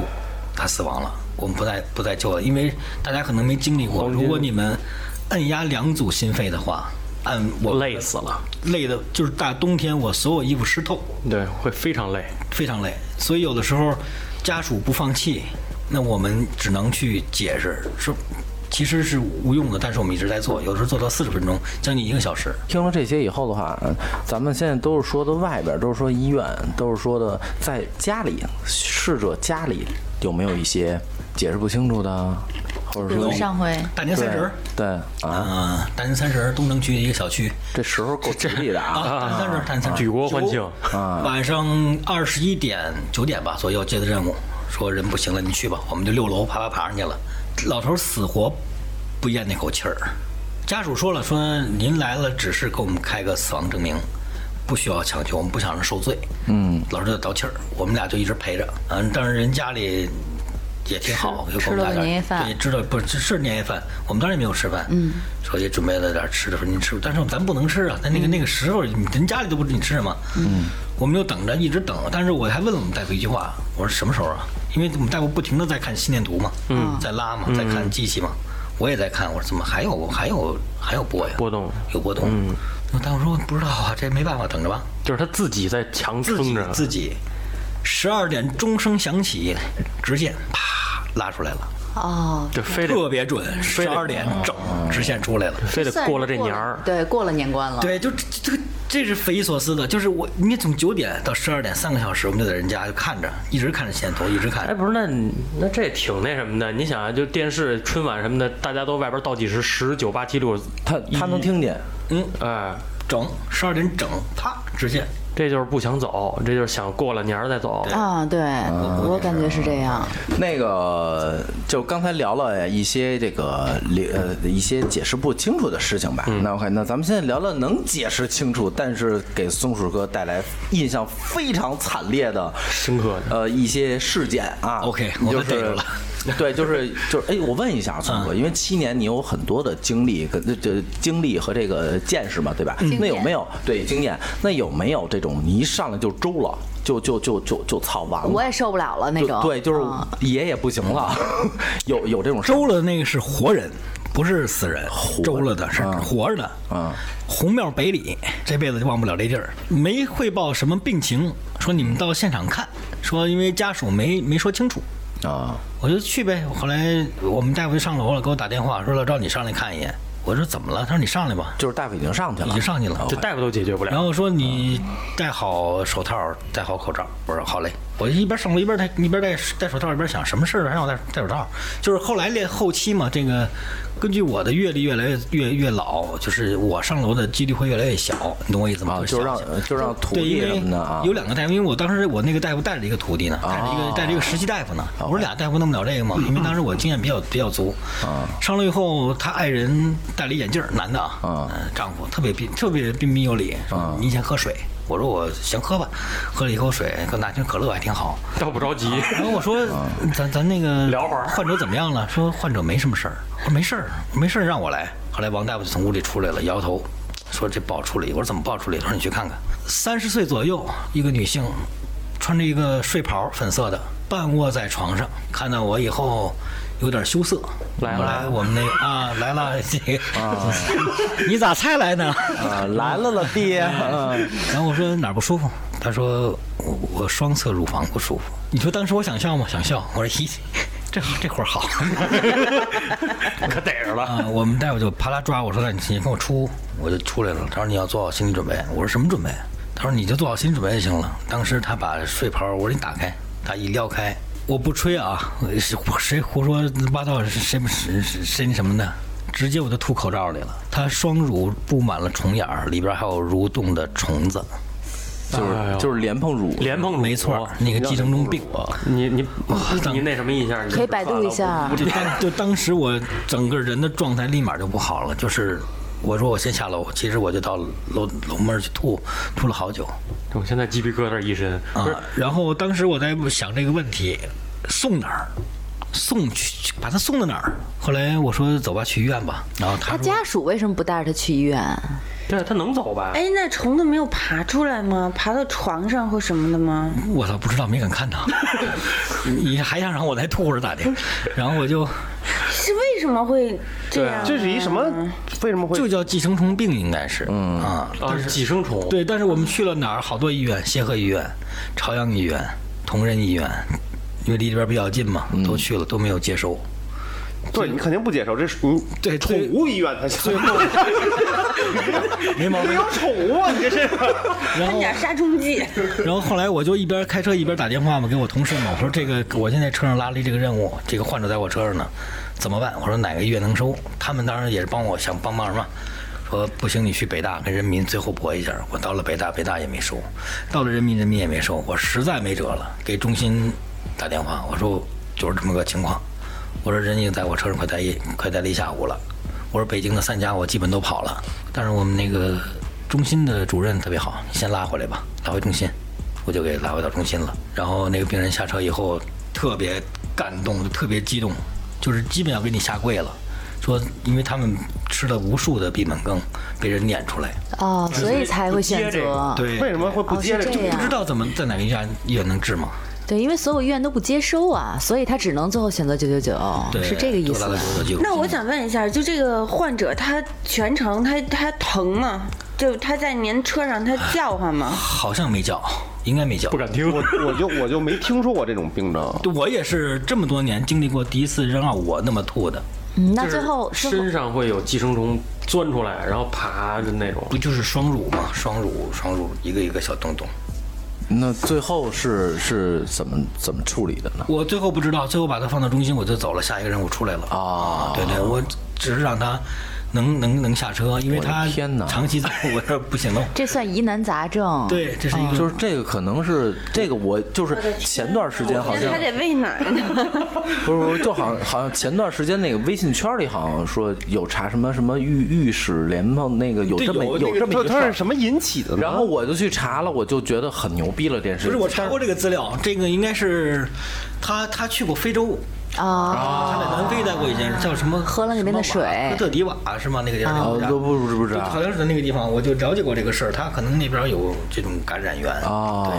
Speaker 5: 他死亡了，我们不再不
Speaker 2: 哦
Speaker 5: 再救了，因为大家可能没经历过，如果你们按压两组心肺的话，按我
Speaker 2: 累死了，
Speaker 5: 累的，就是大冬天我所有衣服湿透，
Speaker 2: 对，会非常累。
Speaker 5: 非常累。所以有的时候家属不放弃，那我们只能去解释说。其实是无用的，但是我们一直在做，有的时候做到四十分钟，将近一个小时。
Speaker 1: 听了这些以后的话，嗯咱们现在都是说的外边，都是说医院，都是说的在家里，逝者家里有没有一些解释不清楚的，或者
Speaker 7: 比如
Speaker 1: 说
Speaker 7: 上回
Speaker 5: 大年三十儿，
Speaker 1: 对啊，
Speaker 5: 嗯、大年三十儿东城区一个小区
Speaker 1: 这时候够吉利的啊。
Speaker 5: 啊，大年三十儿，大年三十儿
Speaker 2: 举国欢庆，
Speaker 5: 九
Speaker 7: 啊
Speaker 5: 晚上二十一点九点吧左右接的任务，说人不行了，你去吧，我们就六楼爬爬爬上去了，老头儿死活不咽那口气儿。家属说了，说您来了只是给我们开个死亡证明，不需要抢救，我们不想让受罪。嗯，老头儿就倒气儿，我们俩就一直陪着。嗯，但是人家里也挺好，就给
Speaker 7: 吃
Speaker 5: 我们
Speaker 7: 了
Speaker 5: 打
Speaker 7: 个
Speaker 5: 点儿
Speaker 7: 年夜饭
Speaker 5: 对知道不是是年夜饭，我们当然没有吃饭，嗯，说也准备了点儿吃的，说您吃，但是咱不能吃啊，在那个那个时候，人家里都不准你吃什么，嗯，我们就等着，一直等，但是我还问了我们大夫一句话，我说什么时候啊？因为我们大夫不停的在看心电图嘛，嗯，在拉嘛，在看机器嘛，我也在看，我说怎么还有还有还有波呀？
Speaker 2: 波动
Speaker 5: 有波动，嗯，那大夫说不知道啊，这没办法，等着吧，
Speaker 2: 就是他自己在强
Speaker 5: 自
Speaker 2: 撑
Speaker 5: 己
Speaker 2: 着，
Speaker 5: 自己，十二点钟声响起，直线啪拉出来了。
Speaker 7: 哦，
Speaker 2: 就非得啊
Speaker 5: 特别准，十二点整直线出来了。
Speaker 2: 非得过了这年儿，
Speaker 7: 对，过了年关了，
Speaker 5: 对，就这这个这是匪夷所思的，就是我你从九点到十二点三个小时，我们就在人家就看着，一直看着线头，一直看
Speaker 2: 哎，
Speaker 5: 着。
Speaker 2: 不是，那你那这也挺那什么的。你想啊，就电视春晚什么的，大家都外边倒计时十九八七六，
Speaker 1: 他他能听见，
Speaker 5: 嗯，
Speaker 2: 哎，
Speaker 5: 整十二点整，啪直线。
Speaker 2: 这就是不想走，这就是想过了年儿再走。
Speaker 7: 啊，对，我感觉是这样，
Speaker 1: 那个就刚才聊了一些这个理呃一些解释不清楚的事情吧。
Speaker 5: 嗯
Speaker 1: 那 OK，那咱们现在聊聊能解释清楚，但是给松鼠哥带来印象非常惨烈的
Speaker 2: 深刻的
Speaker 1: 呃一些事件啊。
Speaker 5: OK，
Speaker 1: 你就
Speaker 5: 我被逮
Speaker 1: 是
Speaker 5: 住了嗯
Speaker 1: 对，就是就是哎，我问一下松鼠哥，因为七年你有很多的经历跟这经历和这个见识嘛，对吧？那有没有对经验？那有没有这种你一上来就周了，就就就就就操完了？
Speaker 7: 我也受不了了那
Speaker 1: 就
Speaker 7: 种，
Speaker 1: 对，就是
Speaker 7: 啊
Speaker 1: 爷爷不行了， 有有这种事儿
Speaker 5: 周了那个是活人，不是死人，周了的是
Speaker 2: 啊
Speaker 5: 活着的。
Speaker 1: 嗯，
Speaker 5: 红庙北里这辈子就忘不了这地儿，没汇报什么病情，说你们到现场看，说因为家属没没说清楚，
Speaker 1: 啊，
Speaker 5: 我就去呗。后来我们大夫就上楼了，给我打电话说老赵你上来看一眼。我说怎么了？他说你上来吧，
Speaker 1: 就是大夫已经上去了，
Speaker 5: 已经上去
Speaker 1: 哦
Speaker 5: 了
Speaker 2: 这。大夫都解决不
Speaker 5: 然
Speaker 2: 了。
Speaker 5: 后说你戴好手套，戴好口罩。我说好嘞。我一边上楼一边戴一边戴戴手套，一边想什么事儿还让我戴戴手套？就是后来练后期嘛，这个根据我的阅历越来越越越老，就是我上楼的几率会越来越小，你懂我意思吗？
Speaker 1: 啊，就
Speaker 5: 小
Speaker 1: 让就让徒
Speaker 5: 对，
Speaker 1: 弟
Speaker 5: 因为
Speaker 1: 什么的啊哦
Speaker 5: 有，两个大夫，因为我当时我那个大夫带着一个徒弟呢，带着一个带着一个实习大夫呢。我说俩大夫弄不了这 个嘛，因为当时我经验比较比较足。
Speaker 1: 哦
Speaker 5: 上了以后，他爱人戴了一眼镜儿，男的啊，
Speaker 1: 啊
Speaker 5: 呃丈夫特别彬特别彬彬有礼，
Speaker 1: 哦
Speaker 5: 说你先喝水。我说我先喝吧，喝了一口水，跟拿瓶可乐还挺好。
Speaker 2: 倒不着急，
Speaker 5: 然 后我说，咱咱那个
Speaker 2: 聊会儿
Speaker 5: 患者怎么样了？说患者没什么事儿。我说没事儿，没事儿，让我来。后来王大夫就从屋里出来了，摇摇头，说这不好处理。我说怎么不好处理？他说你去看看，三十岁左右一个女性，穿着一个睡袍，粉色的，半卧在床上。看到我以后有点羞涩。
Speaker 2: 来了
Speaker 5: 后来我们那啊来了，这个 你咋才来呢？
Speaker 1: 啊来了了弟， 嗯
Speaker 5: 然后我说哪儿不舒服？他说我我双侧乳房不舒服。你说当时我想笑吗？想笑。我说咦，这这会儿好
Speaker 2: 可逮着了。
Speaker 5: 啊！我们大夫就啪啦抓我说那你你跟我出，我就出来了。他说你要做好心理准备。我说什么准备？他说你就做好心理准备就行了。当时他把睡袍，我说你打开，他一撩开，我不吹啊，是谁胡说八道谁不谁谁谁那什么的。直接我就吐口罩里了，他双乳布满了虫眼儿，里边还有蠕动的虫子，
Speaker 2: 哎
Speaker 1: 就是就是莲蓬乳，
Speaker 2: 莲蓬乳
Speaker 5: 没错儿，那个寄生虫病。
Speaker 2: 你你你那什么一下？你
Speaker 7: 可以百度一下
Speaker 5: 就当 就当时我整个人的状态立马就不好了，就是我说我先下楼，其实我就到楼楼门儿去吐，吐了好久
Speaker 2: 我现在鸡皮疙瘩一身。
Speaker 5: 啊。然后当时我在想这个问题，送哪儿？送去把他送到哪儿？后来我说走吧，去医院吧。然后
Speaker 7: 他
Speaker 5: 他说
Speaker 7: 家属为什么不带着他去医院？啊
Speaker 2: 对，啊他能走吧？
Speaker 6: 哎，那虫子没有爬出来吗？爬到床上或什么的吗？
Speaker 5: 我操，不知道没敢看 他，你还想让我再吐是咋的？然后我就
Speaker 6: 是为什么会这样呢？
Speaker 3: 啊这是一什么为什么会
Speaker 5: 就叫寄生虫病，应该是，嗯啊，
Speaker 2: 啊，
Speaker 5: 但是
Speaker 2: 寄生虫，
Speaker 5: 对，但是我们去了哪儿？好多医院，协和医院、朝阳医院、同仁医院，因为离这边比较近嘛，都去了，都没有接收。
Speaker 3: 对你肯定不接受，这是你
Speaker 5: 对
Speaker 3: 宠
Speaker 5: 对
Speaker 3: 物医院才行。
Speaker 5: 没毛病
Speaker 3: 没有宠物啊，你这是
Speaker 5: 然
Speaker 6: 喷
Speaker 5: 后，
Speaker 6: 哎点杀虫剂，
Speaker 5: 然后后来我就一边开车一边打电话嘛，给我同事嘛，我说这个我现在车上拉了这个任务，这个患者在我车上呢，怎么办？我说哪个医院能收？他们当然也是帮我想帮忙嘛。说不行，你去北大跟人民最后搏一下。我到了北大，北大也没收；到了人民，人民也没收。我实在没辙了，给中心打电话，我说就是这么个情况。我说人已经在我车上快待一快待了一下午了。我说北京的三家我基本都跑了，但是我们那个中心的主任特别好，你先拉回来吧，拉回中心，我就给拉回到中心了。然后那个病人下车以后特别感动，特别激动，就是基本要给你下跪了，说因为他们吃了无数的闭门羹，被人撵出来，
Speaker 7: 哦，所以才会选择。
Speaker 5: 对
Speaker 3: 为什么会不
Speaker 7: 哦
Speaker 3: 接
Speaker 7: 是
Speaker 3: 这
Speaker 7: 这
Speaker 3: 就
Speaker 5: 不知
Speaker 7: 样，
Speaker 5: 道怎么在哪个医院医院能治吗？
Speaker 7: 对，因为所有医院都不接收啊，所以他只能最后选择九九九，
Speaker 5: 对，
Speaker 7: 哦是这个意
Speaker 5: 多拉
Speaker 7: 思啊
Speaker 5: 了
Speaker 7: 吧？
Speaker 5: 多的就
Speaker 6: 那我想问一下，就这个患者他全程他他疼吗？就他在您车上他叫唤吗？
Speaker 5: 好像没叫，应该没叫，
Speaker 2: 不敢听。
Speaker 3: 我就我就没听说过这种病症。
Speaker 5: 对我也是这么多年经历过第一次让我那么吐的，
Speaker 7: 嗯，那
Speaker 2: 就是
Speaker 7: 最后最后
Speaker 2: 身上会有寄生虫钻出来，然后爬的那种。
Speaker 5: 不就是双乳吗？双乳，双乳，一个一个小洞洞。
Speaker 1: 那最后是是怎么怎么处理的呢？
Speaker 5: 我最后不知道，最后把它放到中心，我就走了，下一个任务出来了。
Speaker 1: 哦
Speaker 5: 对对，我只是让他能能能下车，因为
Speaker 1: 我的
Speaker 5: 他
Speaker 1: 天哪
Speaker 5: 长期在我这儿不行了。
Speaker 7: 这算疑难杂症。，
Speaker 5: 对，这是一个
Speaker 1: 啊就是这个可能是这个我就是前段时间好像
Speaker 6: 还得喂奶呢。
Speaker 1: 不是不是，就好像好像前段时间那个微信圈里好像说有查什么什么浴浴室联邦那个有
Speaker 5: 对
Speaker 1: 这么
Speaker 5: 有
Speaker 1: 有这么一
Speaker 3: 它
Speaker 1: 个事
Speaker 3: 它是
Speaker 1: 儿，
Speaker 3: 什么引起的呢？
Speaker 1: 然后我就去查了，我就觉得很牛逼了这件事
Speaker 5: 不
Speaker 1: 情。
Speaker 5: 是我查过这个资料，这个应该是他他去过非洲，
Speaker 7: 啊，
Speaker 5: 他在南非待过一件事，叫什么？
Speaker 7: 喝了那边的
Speaker 5: 什么瓦
Speaker 7: 水
Speaker 5: 科特迪瓦是吗？那个地方
Speaker 1: 哦都不知不知道
Speaker 5: 好像是在那个地方，我就了解过这个事儿，他可能那边有这种感染源
Speaker 1: 啊，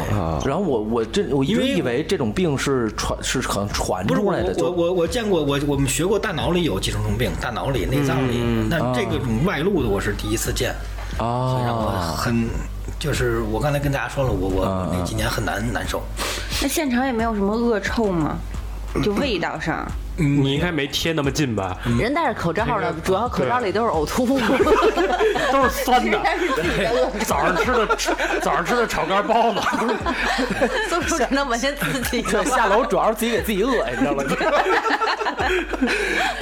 Speaker 1: 然后我我这我一
Speaker 5: 因
Speaker 1: 直
Speaker 5: 为
Speaker 1: 以为这种病是传是可能传
Speaker 5: 不是
Speaker 1: 出
Speaker 5: 我
Speaker 1: 来的，
Speaker 5: 我
Speaker 1: 就
Speaker 5: 我我见过，我我们学过大脑里有寄生虫病，大脑里内脏里，但这个种外露的我是第一次见， 所以让我
Speaker 1: 啊，
Speaker 5: 很就是我刚才跟大家说了，我我那几年很难难受。
Speaker 6: 那现场也没有什么恶臭吗？就味 道上，
Speaker 2: 你应该没贴那么近吧？
Speaker 7: 人戴着口罩呢，主要口罩里都是呕吐物。
Speaker 2: 都是酸 的。
Speaker 7: 对
Speaker 2: 早上吃的早上吃的炒肝包子，
Speaker 7: 所以说只能完全自 己
Speaker 1: 对，下楼主要是自己给自己恶心，你知道吗？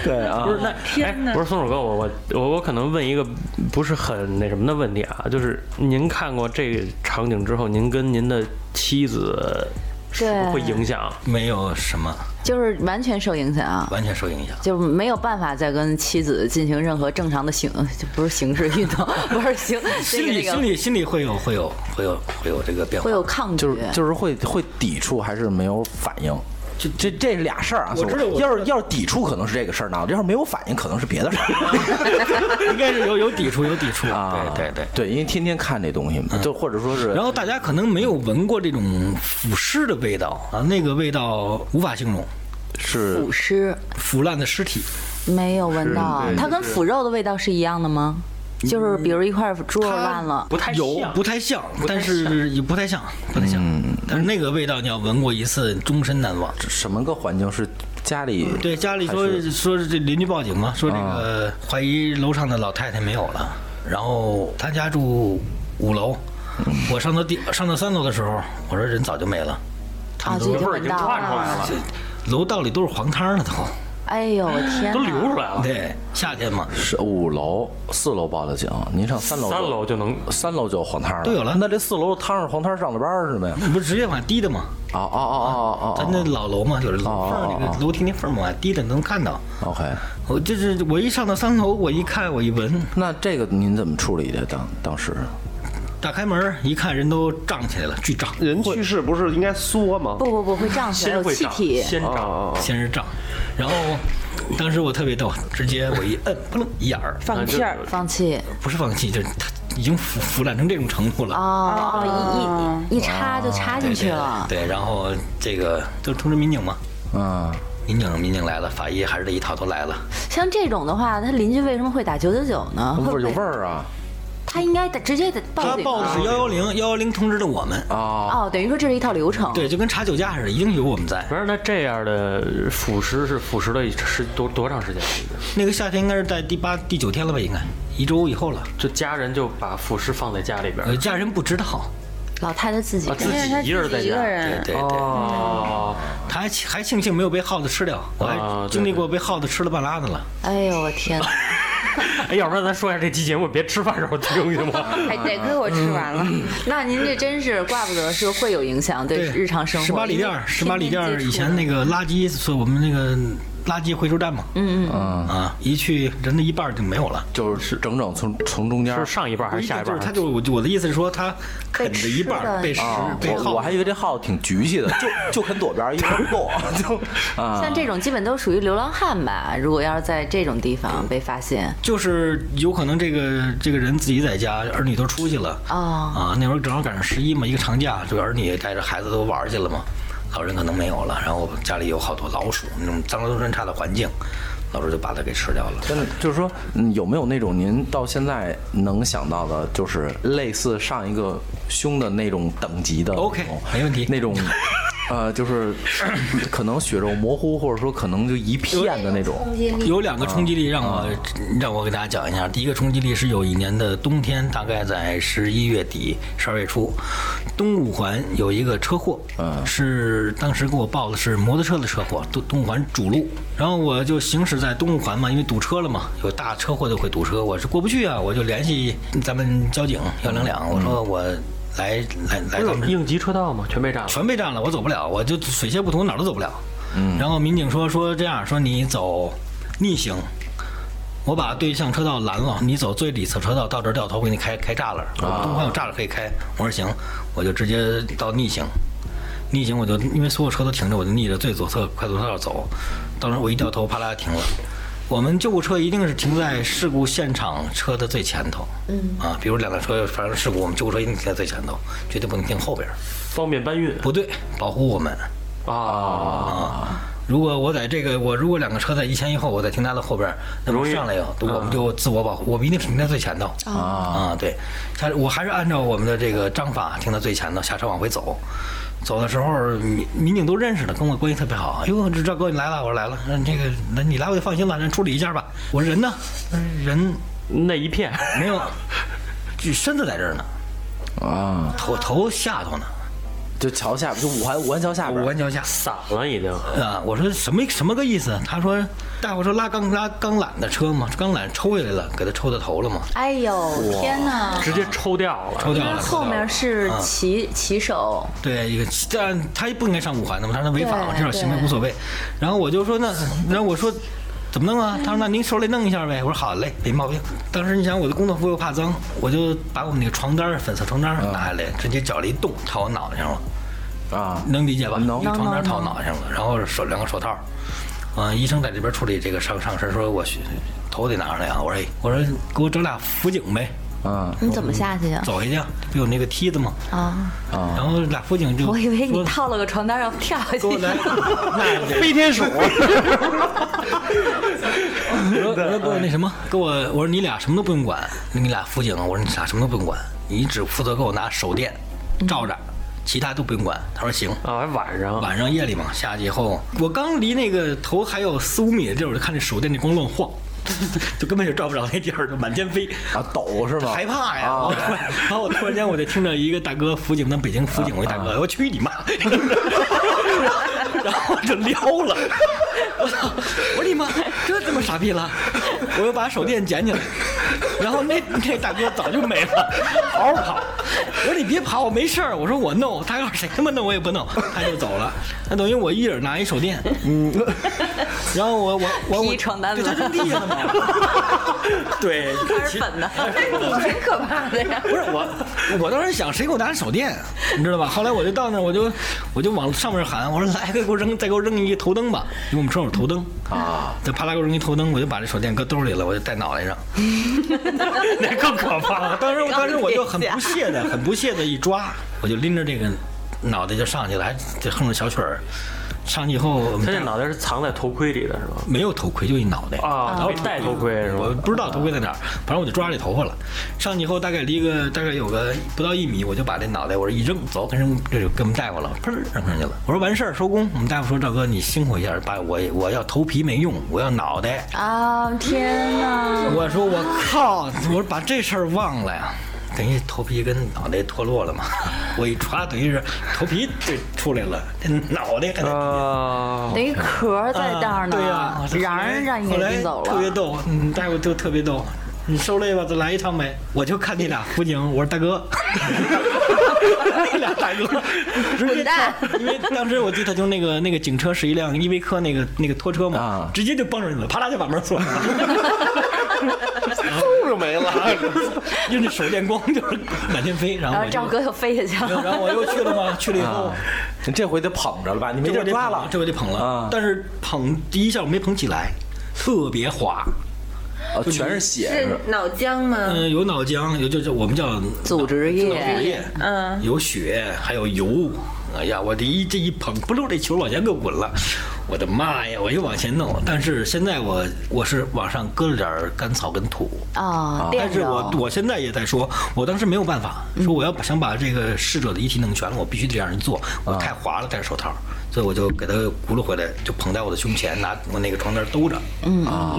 Speaker 1: 对啊，
Speaker 2: 不是那哎，不是松鼠哥，我我我我可能问一个不是很那什么的问题啊，就是您看过这个场景之后，您跟您的妻子是不是
Speaker 7: 对
Speaker 2: 会影响？
Speaker 5: 没有什么
Speaker 7: 就是完全受影响，啊
Speaker 5: 完全受影响，
Speaker 7: 就没有办法再跟妻子进行任何正常的形，就不是形式运动，不是形
Speaker 5: 心
Speaker 7: 那
Speaker 5: 里
Speaker 7: 个
Speaker 5: 心里心里会有会有会有会有这个变化
Speaker 7: 会。有抗拒，
Speaker 1: 就是就是会会抵触还是没有反应？这这这是俩事儿啊，
Speaker 5: 我知道我知道
Speaker 1: 要是要是抵触可能是这个事儿闹的，要是没有反应可能是别的事儿。
Speaker 5: 应该是有有抵触有抵触，
Speaker 1: 啊
Speaker 5: 对对对。
Speaker 1: 对，因为天天看这东西
Speaker 2: 嗯
Speaker 1: 嘛，就或者说是
Speaker 5: 然后大家可能没有闻过这种腐尸的味道啊，那个味道无法形容，
Speaker 1: 是
Speaker 7: 腐尸
Speaker 5: 腐烂的尸体。
Speaker 7: 没有闻到，它跟腐肉的味道是一样的吗？就是比如一块猪肉烂了，
Speaker 2: 不太
Speaker 5: 有
Speaker 2: 像
Speaker 5: 不太像，但是也不太像，不太像。
Speaker 1: 嗯
Speaker 5: 但是那个味道你要闻过一次，终身难忘。
Speaker 1: 什么个环境？是家里
Speaker 5: 嗯对，家里说
Speaker 1: 还啊
Speaker 5: 说是这邻居报警嘛，说这个怀疑楼上的老太太没有了，然后他家住五楼，
Speaker 1: 嗯
Speaker 5: 我上到第上到三楼的时候，我说人早就没了，
Speaker 7: 啊，就已经闻到了。
Speaker 2: 来了，
Speaker 5: 楼道里都是黄汤了都。
Speaker 7: 哎呦，我天
Speaker 2: 都
Speaker 7: 哪！
Speaker 2: 流出来
Speaker 1: 啊
Speaker 2: 了。
Speaker 5: 对，夏天嘛，
Speaker 1: 是五楼、四楼报的警，您上三楼，
Speaker 2: 三楼就能
Speaker 1: 三楼就有黄摊儿
Speaker 5: 都有了
Speaker 1: 那这四楼摊上黄摊儿上的班儿是没？哦
Speaker 5: 不是直接往低的嘛，
Speaker 1: 哦哦哦
Speaker 5: 咱
Speaker 1: 哦
Speaker 5: 那老楼嘛，就是楼缝
Speaker 1: 哦
Speaker 5: 儿那个楼梯那缝儿嘛，往低的能看到。
Speaker 1: 哦，OK。
Speaker 5: 我就是我一上到三楼，我一看我一闻，
Speaker 1: 那这个您怎么处理的？当当时
Speaker 5: 打开门儿一看，人都胀起来了，巨胀，
Speaker 1: 哦
Speaker 3: 人去世不是应该缩吗？
Speaker 7: 不不不，会胀起来，
Speaker 2: 先
Speaker 7: 有
Speaker 2: 会
Speaker 7: 气
Speaker 2: 长，
Speaker 1: 哦
Speaker 7: 体。
Speaker 2: 先
Speaker 3: 啊
Speaker 2: 长。
Speaker 3: 啊，啊
Speaker 5: 先是胀，然后当时我特别逗，直接我一摁，扑棱一眼儿，
Speaker 6: 放屁儿
Speaker 7: 放气
Speaker 5: 不是放弃，就是它已经腐腐烂成这种程度了。
Speaker 7: 哦哦，一一一插就插进去了，
Speaker 1: 啊
Speaker 5: 对，然后这个都通知民警嘛，
Speaker 1: 嗯，
Speaker 5: 民警民警来了，法医还是这一套都来了。
Speaker 7: 像这种的话，他邻居为什么会打九九九呢？
Speaker 1: 味
Speaker 7: 会
Speaker 1: 儿
Speaker 7: 不
Speaker 1: 有味
Speaker 7: 会
Speaker 1: 儿啊
Speaker 7: 他应该得直接得报
Speaker 5: 他
Speaker 7: 警
Speaker 5: 报的
Speaker 7: 啊。
Speaker 5: 是幺幺零，幺幺零通知的我们。
Speaker 1: 啊！
Speaker 7: 哦，等于说这是一套流程。
Speaker 5: 对，就跟查酒驾似的，一定有我们在。
Speaker 2: 反正他这样的腐蚀是腐蚀了是多多长时间？
Speaker 5: 那个夏天应该是在第八、第九天了吧？应该一周以后了。
Speaker 2: 就家人就把腐蚀放在家里边儿
Speaker 5: 呃，，家人不知道。
Speaker 7: 老太太自己
Speaker 2: 啊
Speaker 7: 干
Speaker 2: 自己一人在
Speaker 6: 一个
Speaker 2: 家。
Speaker 5: 对
Speaker 6: 人，
Speaker 5: 对对，
Speaker 2: 哦，
Speaker 5: 他还庆还庆幸没有被耗子吃掉，我
Speaker 2: 啊
Speaker 5: 还
Speaker 2: 对
Speaker 5: 经历过被耗子吃了半拉的了。
Speaker 7: 哎呦我天哪！
Speaker 2: 哎，要不然咱说一下这期节目，别吃饭 时候听行吗？
Speaker 6: 哎，得亏我吃完了。
Speaker 5: 嗯
Speaker 7: 那您这真是怪不得是会有影响对日常生活。
Speaker 5: 十八里店儿，十八里店儿
Speaker 7: 天天接
Speaker 5: 以
Speaker 7: 触
Speaker 5: 前那个垃圾，是我们那个垃圾回收站嘛。嗯嗯啊，一去人的一半儿就没有了。
Speaker 1: 就是整整从从中间儿
Speaker 2: 是上一半还是下一
Speaker 5: 就是
Speaker 2: 半？
Speaker 5: 他就我就我的意思是说，他啃着一半儿被
Speaker 7: 被
Speaker 5: 食
Speaker 1: 啊，
Speaker 5: 被
Speaker 1: 我我
Speaker 5: 耗
Speaker 1: 还
Speaker 5: 子。
Speaker 1: 以为这耗子挺局气的，就就啃左边儿一边儿不够，就啊
Speaker 7: 像这种基本都属于流浪汉吧？如果要是在这种地方被发现，
Speaker 5: 就是有可能这个这个人自己在家，儿女都出去了
Speaker 7: 哦
Speaker 5: 啊，那会儿正好赶上十一嘛，一个长假，就儿女带着孩子都玩儿去了嘛，老人可能没有了，然后家里有好多老鼠那种脏乱差的环境，老鼠就把它给吃掉了。
Speaker 1: 真的就是说，嗯，有没有那种您到现在能想到的，就是类似上一个凶的那种等级的那种
Speaker 5: OK，没问题
Speaker 1: 那种，呃，就是 可能血肉模糊，或者说可能就一片的那种。
Speaker 5: 有两个冲击力让我让我给大家讲一下。第一个冲击力是有一年的冬天，大概在十一月底、十二月初，东五环有一个车祸，是当时给我报的是摩托车的车祸，东东五环主路。然后我就行驶在东五环嘛，因为堵车了嘛，有大车祸就会堵车，我是过不去啊，我就联系咱们交警幺零两，我说我来来来咱们
Speaker 2: 应急车道吗？全被占了。
Speaker 5: 全被占了，我走不了，我就水泄不通，哪儿都走不了。嗯，然后民警说说这样，说你走逆行，我把对向车道拦了，你走最里侧车道，到这儿掉头给你开开栅栏，我们东方有栅栏可以开。我说行，我就直接到逆行，逆行我就因为所有车都停着，我就逆着最左侧快速车道走，到时候我一掉头，啪啦停了。我们救护车一定是停在事故现场车的最前头，嗯啊，比如两辆车发生事故，我们救护车一定停在最前头，绝对不能停后边儿。
Speaker 2: 方便搬运
Speaker 5: 不对，保护我们。
Speaker 2: 啊，
Speaker 5: 如果我在这个，我如果两个车在一前一后，我在停它的后边儿，那么
Speaker 2: 容易
Speaker 5: 上来以后，我们就自我保护，我们一定停在最前头。啊，对，下我还是按照我们的这个章法停在最前头，下车往回走。走的时候，民民警都认识的，跟我关系特别好。哟，这赵哥你来了，我说来了。那这个，那你来我就放心了，那处理一下吧。我说人呢？他说人
Speaker 2: 那一片
Speaker 5: 没有，就身子在这儿呢，
Speaker 1: 啊，
Speaker 5: 头头下头呢，
Speaker 1: 就桥下，就五环五环桥下边
Speaker 5: 五
Speaker 1: 儿。
Speaker 5: 官桥下。
Speaker 2: 散了已经。
Speaker 5: 啊，我说什么什么个意思？啊他说，大夫说拉钢拉钢缆的车嘛，钢缆抽下来了，给他抽到头了嘛，
Speaker 7: 哎呦天哪！
Speaker 2: 直接抽掉了，
Speaker 5: 抽掉
Speaker 7: 那
Speaker 5: 了。
Speaker 7: 后面是
Speaker 5: 嗯
Speaker 7: 骑骑手，
Speaker 5: 对一个，但他不应该上五环的嘛，他说违法嘛，
Speaker 7: 对
Speaker 5: 这种行为
Speaker 7: 对
Speaker 5: 无所谓。然后我就说那，然后我说怎么弄啊？他说那您手里弄一下呗。我说好嘞，没毛病。当时你想我的工作服又怕脏，我就把我们那个床单儿粉色床单儿拿下来，直接脚了一动，套我脑袋上了。
Speaker 1: 啊，
Speaker 5: 能理解吧？
Speaker 1: 能
Speaker 5: 一个床单套脑袋上了，然后手两个手套，啊、医生在这边处理这个上上身，说我需头得拿上来啊，我说哎我说给我整俩辅警呗，
Speaker 1: 嗯，
Speaker 7: 你怎么下去呀？
Speaker 5: 走下去啊，不有那个梯子吗？
Speaker 7: 啊，
Speaker 5: 然后俩辅警就
Speaker 7: 我以为你
Speaker 5: 嗯说
Speaker 7: 套了个床单要跳下
Speaker 5: 给我
Speaker 7: 去。
Speaker 5: 来，
Speaker 2: 飞天鼠，
Speaker 5: 我说我说给我那什么，给我我说你俩什么都不用管，你俩辅警，啊我说你俩什么都不用管，你只负责给我拿手电照
Speaker 7: 嗯
Speaker 5: 着，其他都不用管。他说行。
Speaker 2: 啊，还晚上
Speaker 5: 晚上夜里嘛，下去以后，我刚离那个头还有四五米的地儿，我就看这手电那光乱晃， 就根本就照不着那地儿，就满天飞。
Speaker 1: 啊，抖是吗？
Speaker 5: 害怕呀！
Speaker 1: 啊
Speaker 5: 我然后我突然间我就听着一个大哥辅警，那北京辅警，我一大
Speaker 1: 啊
Speaker 5: 哥，我去你妈！ 然后我就撩了， 我操！我说你妈，这他妈傻逼了！我又把手电捡起来，然后那 那大哥早就没了，嗷嗷跑。我说你别跑，我没事儿。我说我弄，他要是谁他妈弄我也不弄，他就走了。那等于我一人拿一手电，嗯，然后我我 我我
Speaker 7: 披床单
Speaker 5: 对他
Speaker 7: 了
Speaker 5: 扔地下了嘛。对，其
Speaker 7: 粉 的，你挺可怕的呀！
Speaker 5: 哎不是我， 我当时想谁给我拿手电，啊你知道吧？后来我就到那儿，我就我就往上面喊，我说来，给我扔，再给我扔一个头灯吧，因为我们车有头灯啊，就啪啦给我扔一头灯，我就把这手电搁兜里了，我就戴脑袋上， 那更可怕了。当时我当时我就很不屑的，很不屑的一抓，我就拎着这个脑袋就上去了，还得哼着小曲儿。上去以后，我们
Speaker 2: 他这
Speaker 5: 戴
Speaker 2: 脑袋是藏在头盔里的是吗？
Speaker 5: 没有头盔，就一脑袋。
Speaker 2: 啊，他没戴头盔是
Speaker 5: 我
Speaker 2: 吗？
Speaker 5: 不知道头盔在哪儿，反正我就抓着这头发了。上去以后大概离个大概有个不到一米，我就把这脑袋我说一扔，走，跟人这就跟我们大夫了，砰扔上去了。我说完事儿收工。我们大夫说赵哥你辛苦一下，把我我要头皮没用，我要脑袋。
Speaker 7: 啊！天哪，
Speaker 5: 我说我靠，我说把这事儿忘了呀。等于头皮跟脑袋脱落了嘛，我一抓，等于是头皮这出来了，这脑袋还在
Speaker 2: 啊，
Speaker 7: 等于壳儿在那儿呢，
Speaker 5: 嗯对呀、我说
Speaker 7: 瓤儿让你
Speaker 5: 后
Speaker 7: 给
Speaker 5: 来
Speaker 7: 拎走
Speaker 5: 特别
Speaker 7: 了。
Speaker 5: 逗，嗯，大夫就特别逗。你受累吧，再来一趟呗。我就看你俩辅警，我说 大哥，你俩大哥，直接
Speaker 7: 蛋
Speaker 5: 因为当时我记得就那个那个警车是一辆依维柯那个那个拖车嘛，
Speaker 1: 啊
Speaker 5: 直接就蹦上去了，啪啦就把门锁上了，
Speaker 3: 嗖就没了。
Speaker 5: 用那手电光就是满天飞，然后
Speaker 7: 然
Speaker 5: 我
Speaker 7: 后
Speaker 5: 就
Speaker 7: 啊赵哥又飞下去了，
Speaker 5: 然后我又去了嘛，去了以后。
Speaker 1: 啊，你这回得捧着了吧？你没地
Speaker 5: 这
Speaker 1: 儿
Speaker 5: 回得
Speaker 1: 抓
Speaker 5: 捧
Speaker 1: 了，
Speaker 5: 这回得捧了。
Speaker 1: 啊
Speaker 5: 但是捧第一下我没捧起来，特别滑。
Speaker 1: 啊全是血是
Speaker 6: 是
Speaker 1: 吧
Speaker 6: 脑浆吗？
Speaker 5: 嗯、有脑浆，有就就我们叫
Speaker 7: 组织
Speaker 5: 脑
Speaker 7: 液。
Speaker 5: 液，嗯，有血，还有油。哎呀，我这一这一捧，不溜这球往前给我滚了，我的妈呀！我又往前弄，但是现在我我是往上搁了点儿干草跟土，
Speaker 7: 啊，
Speaker 5: 但
Speaker 7: 垫
Speaker 5: 是
Speaker 7: 着
Speaker 5: 我我现在也在说，我当时没有办法，说我要把想把这个逝者的遗体弄全了，我必须得让人做，我太滑了戴着手套，所以我就给他轱辘回来，就捧在我的胸前，拿我那个床单兜着，嗯 啊，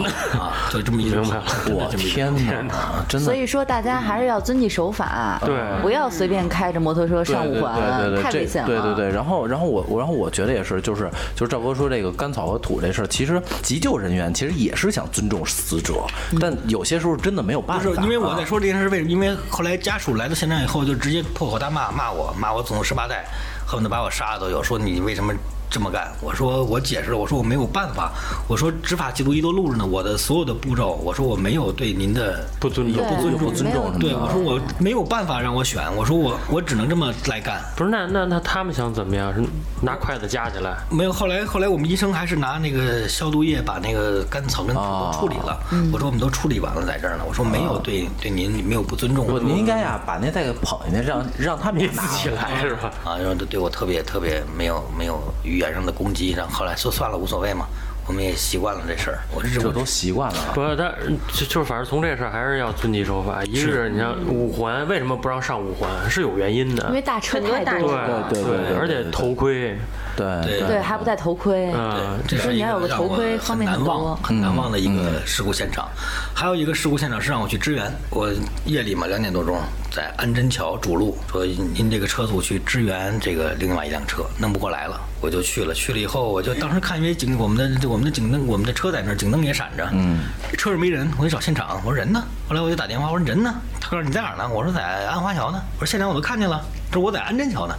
Speaker 5: 就这么一直
Speaker 2: 明白了
Speaker 5: 真的
Speaker 1: 我
Speaker 5: 这么一直
Speaker 1: 天哪，真的
Speaker 7: 所以说大家还是要遵纪守法，
Speaker 2: 对
Speaker 7: 不要随便开着摩托车上五环，
Speaker 1: 对对对对对
Speaker 7: 啊太
Speaker 1: 这
Speaker 7: 危险
Speaker 1: 对
Speaker 7: 了。
Speaker 1: 对对，然后然后我我然后我觉得也是，就是就是赵哥说这个甘草和土这事儿，其实急救人员其实也是想尊重死者，
Speaker 7: 嗯
Speaker 1: 但有些时候真的没有办
Speaker 5: 不
Speaker 1: 法
Speaker 5: 是
Speaker 1: 啊。，
Speaker 5: 因为我在说这件事，为什么？因为后来家属来到现场以后，就直接破口大骂，骂我，骂我祖宗十八代，恨不得把我杀了都有。说你为什么这么干？我说我解释了，我说我没有办法，我说执法记录仪都录着呢，我的所有的步骤，我说我没有对您的
Speaker 2: 不尊重
Speaker 7: 对。
Speaker 1: 不尊重尊重什么
Speaker 5: 对，
Speaker 1: 的
Speaker 5: 我说我没有办法让我选，我说我我只能这么来干。
Speaker 2: 不是，那那那他们想怎么样？是拿筷子夹起来？
Speaker 5: 没有，后来后来我们医生还是拿那个消毒液把那个甘草跟土都
Speaker 1: 哦
Speaker 5: 处理了。
Speaker 1: 嗯
Speaker 5: 我说我们都处理完了，在这儿呢。我说没有对对您没有不尊重。
Speaker 1: 我您应该呀、把那再给捧下去，让让他们也拿
Speaker 2: 起来是吧？
Speaker 5: 啊，然后就对我特别特别没有没有语言上的攻击，然后后来说算了，无所谓嘛，我们也习惯了这事儿。我是
Speaker 1: 这都习惯了啊。
Speaker 2: 不是，他就就是反正从这事儿还是要遵纪守法。一个是你像五环，为什么不让上五环？是有原因的
Speaker 7: 因。为大车
Speaker 6: 很多
Speaker 7: 太
Speaker 6: 大
Speaker 7: 多
Speaker 6: 车
Speaker 7: 了，
Speaker 2: 对
Speaker 1: 对对对对
Speaker 2: 而且头盔，
Speaker 1: 对
Speaker 7: 对，还不戴头盔，
Speaker 2: 嗯，
Speaker 5: 这
Speaker 7: 说
Speaker 5: 是
Speaker 7: 你
Speaker 5: 一
Speaker 7: 要有个
Speaker 5: 让
Speaker 7: 头
Speaker 5: 我
Speaker 7: 盔方
Speaker 5: 很
Speaker 7: 便
Speaker 5: 难
Speaker 7: 很多
Speaker 5: 忘、很难忘的一个事故现场。还有一个事故现场是让我去支援，我夜里嘛两点多钟在安贞桥主路，说您这个车速去支援这个另外一辆车，弄不过来了，我就去了。去了以后，我就当时看因为警我们的我们的警灯，我们的车在那儿，警灯也闪着，嗯，车上没人，我就找现场，我说人呢？后来我就打电话，我说人呢？他告诉你在哪儿呢？我说在安华桥呢。我说现场我都看见了，他说我在安贞桥呢。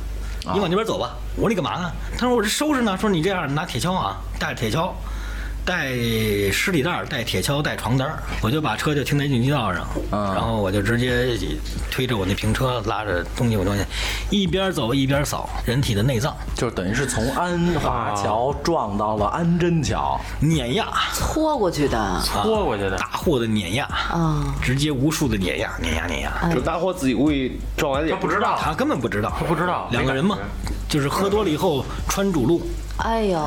Speaker 5: 你往那边走吧。我说你干嘛呢？他说我这收拾呢。说你这样拿铁锹啊，带着铁锹，带湿里袋儿，带铁锹，带床单儿。我就把车就停在应急道上，
Speaker 2: 啊
Speaker 5: 然后我就直接推着我那平车，拉着东西我东西，一边走一边扫人体的内脏，
Speaker 1: 就是等于是从安
Speaker 5: 啊
Speaker 1: 华桥撞到了安贞桥，
Speaker 5: 碾压，
Speaker 7: 拖过去的
Speaker 2: 拖过去的。
Speaker 5: 大货的碾压，
Speaker 7: 啊。
Speaker 5: 直接无数的碾压，碾压，碾压。
Speaker 2: 啊
Speaker 3: 这大伙自己估计撞完也不知道，
Speaker 5: 他根本不知道，
Speaker 2: 他不知道
Speaker 5: 两个人嘛
Speaker 2: 没感，
Speaker 5: 就是喝多了以后穿主路，
Speaker 7: 哎呦，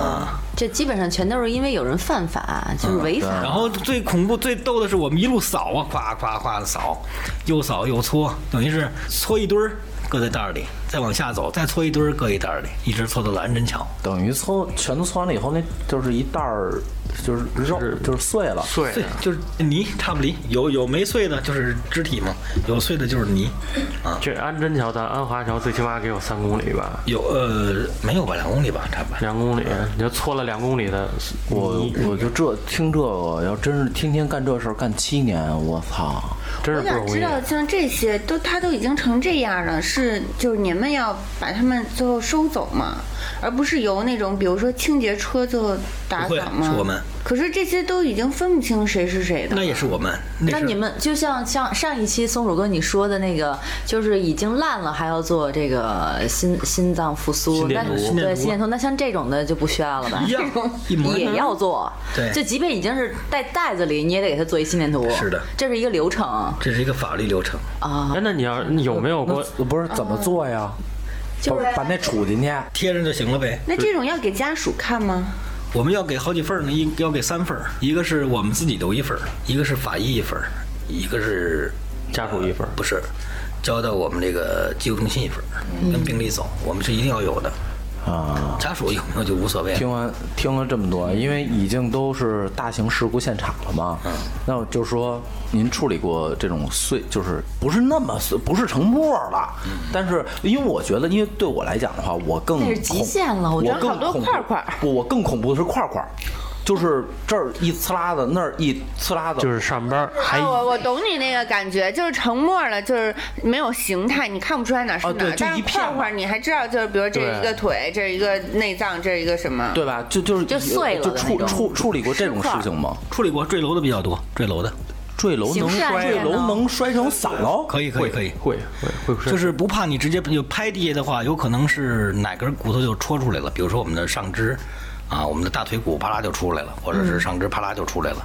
Speaker 7: 这基本上全都是因为有人犯法，就是违法。
Speaker 5: 然后最恐怖、最逗的是，我们一路扫啊，夸夸夸的扫，又扫又搓，等于是搓一堆儿搁在袋儿里，再往下走，再搓一堆儿搁一袋儿里，一直搓到了安贞桥。
Speaker 1: 等于搓全都搓完了以后，那就是一袋儿，就是肉，就是碎了。
Speaker 2: 对啊
Speaker 5: 碎就是泥，差不离。有有没碎的，就是肢体嘛；有碎的，就是泥。啊，
Speaker 2: 这安贞桥到安华桥最起码给有三公里吧，
Speaker 5: 有呃没有吧，两公里吧，差不多。
Speaker 2: 两公里，你就搓了两公里的
Speaker 1: 我我就这听这个，要真是天天干这事儿干七年，我操！
Speaker 2: 真是
Speaker 6: 我
Speaker 2: 不容
Speaker 6: 想知
Speaker 2: 易。啊
Speaker 6: 道，像这些都他都已经成这样了，是就是你们要把他们最后收走吗？而不是由那种比如说清洁车最后打
Speaker 5: 不会
Speaker 6: 扫吗？
Speaker 5: 是我们。
Speaker 6: 可是这些都已经分不清谁是谁的
Speaker 5: 那。也是我们。那
Speaker 7: 那
Speaker 5: 是
Speaker 7: 你们就像像上一期松鼠哥你说的那个，就是已经烂了还要做这个心心脏复苏，
Speaker 2: 心电
Speaker 7: 那
Speaker 2: 图
Speaker 5: 心电
Speaker 7: 对
Speaker 5: 图
Speaker 7: 心电图，那像这种的就不需要了吧
Speaker 5: 一？样，一模一
Speaker 7: 也
Speaker 5: 样。
Speaker 7: 要做，
Speaker 5: 对
Speaker 7: 就即便已经是在袋子里，你也得给他做一心电图。
Speaker 5: 是的
Speaker 7: 这是一个流程啊。啊
Speaker 5: 这是一个法律流程。
Speaker 2: 哎，那你要有没有过
Speaker 1: 不是怎么做呀？
Speaker 7: 哦就是
Speaker 1: 把那杵进去。
Speaker 5: 贴上就行了呗。
Speaker 6: 那这种要给家属看吗？
Speaker 5: 我们要给好几份儿呢，一要给三份儿，一个是我们自己留一份儿，一个是法医一份儿，一个是
Speaker 2: 家属一份儿
Speaker 5: 不是，交到我们这个疾控中心一份儿，跟病历走，我们是一定要有的。
Speaker 1: 啊。
Speaker 5: 家属有没有就无所谓了。
Speaker 1: 听完听了这么多，因为已经都是大型事故现场了嘛，
Speaker 2: 嗯
Speaker 1: 那我就说您处理过这种碎，就是不是那么碎，不是成沫了，
Speaker 2: 嗯
Speaker 1: 但是因为我觉得，因为对我来讲的话，我更
Speaker 7: 那是极
Speaker 1: 恐
Speaker 7: 限了我
Speaker 1: 我
Speaker 7: 觉得
Speaker 1: 更
Speaker 6: 好多
Speaker 1: 恐怖
Speaker 6: 块块
Speaker 1: 不，我更恐怖的是块块，就是这儿一呲啦的，那儿一呲啦的，
Speaker 2: 就是上班儿还
Speaker 6: 啊，我我懂你那个感觉，就是成沫了，就是没有形态，你看不出来哪是
Speaker 1: 哦
Speaker 6: 哪
Speaker 1: 对
Speaker 6: 儿。
Speaker 1: 就
Speaker 6: 但
Speaker 1: 一
Speaker 6: 是
Speaker 1: 片
Speaker 6: 块
Speaker 1: 嘛
Speaker 6: 块，你还知道，就是比如这是
Speaker 2: 对
Speaker 6: 一个腿，这是一个内脏，这是一个什么？
Speaker 1: 对吧？就就是
Speaker 7: 就碎了
Speaker 1: 就
Speaker 7: 的那
Speaker 1: 处
Speaker 7: 种
Speaker 1: 处处理过这种事情吗？
Speaker 5: 处理过坠楼的比较多，坠楼的
Speaker 1: 坠楼能
Speaker 7: 刑事案
Speaker 1: 摔，
Speaker 7: 件
Speaker 1: 坠楼
Speaker 7: 呢
Speaker 1: 能摔成散喽？
Speaker 5: 可以可以可以，
Speaker 2: 会会会
Speaker 5: 就是不怕你直接就拍地下的话，有可能是哪根骨头就戳出来了，比如说我们的上肢啊，我们的大腿骨啪啦就出来了，或者是上肢啪啦就出来了，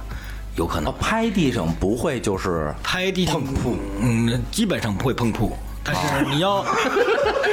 Speaker 5: 有可能
Speaker 1: 哦，。拍地上不会就是
Speaker 5: 拍地碰扑，嗯，基本上不会碰扑。但是你要，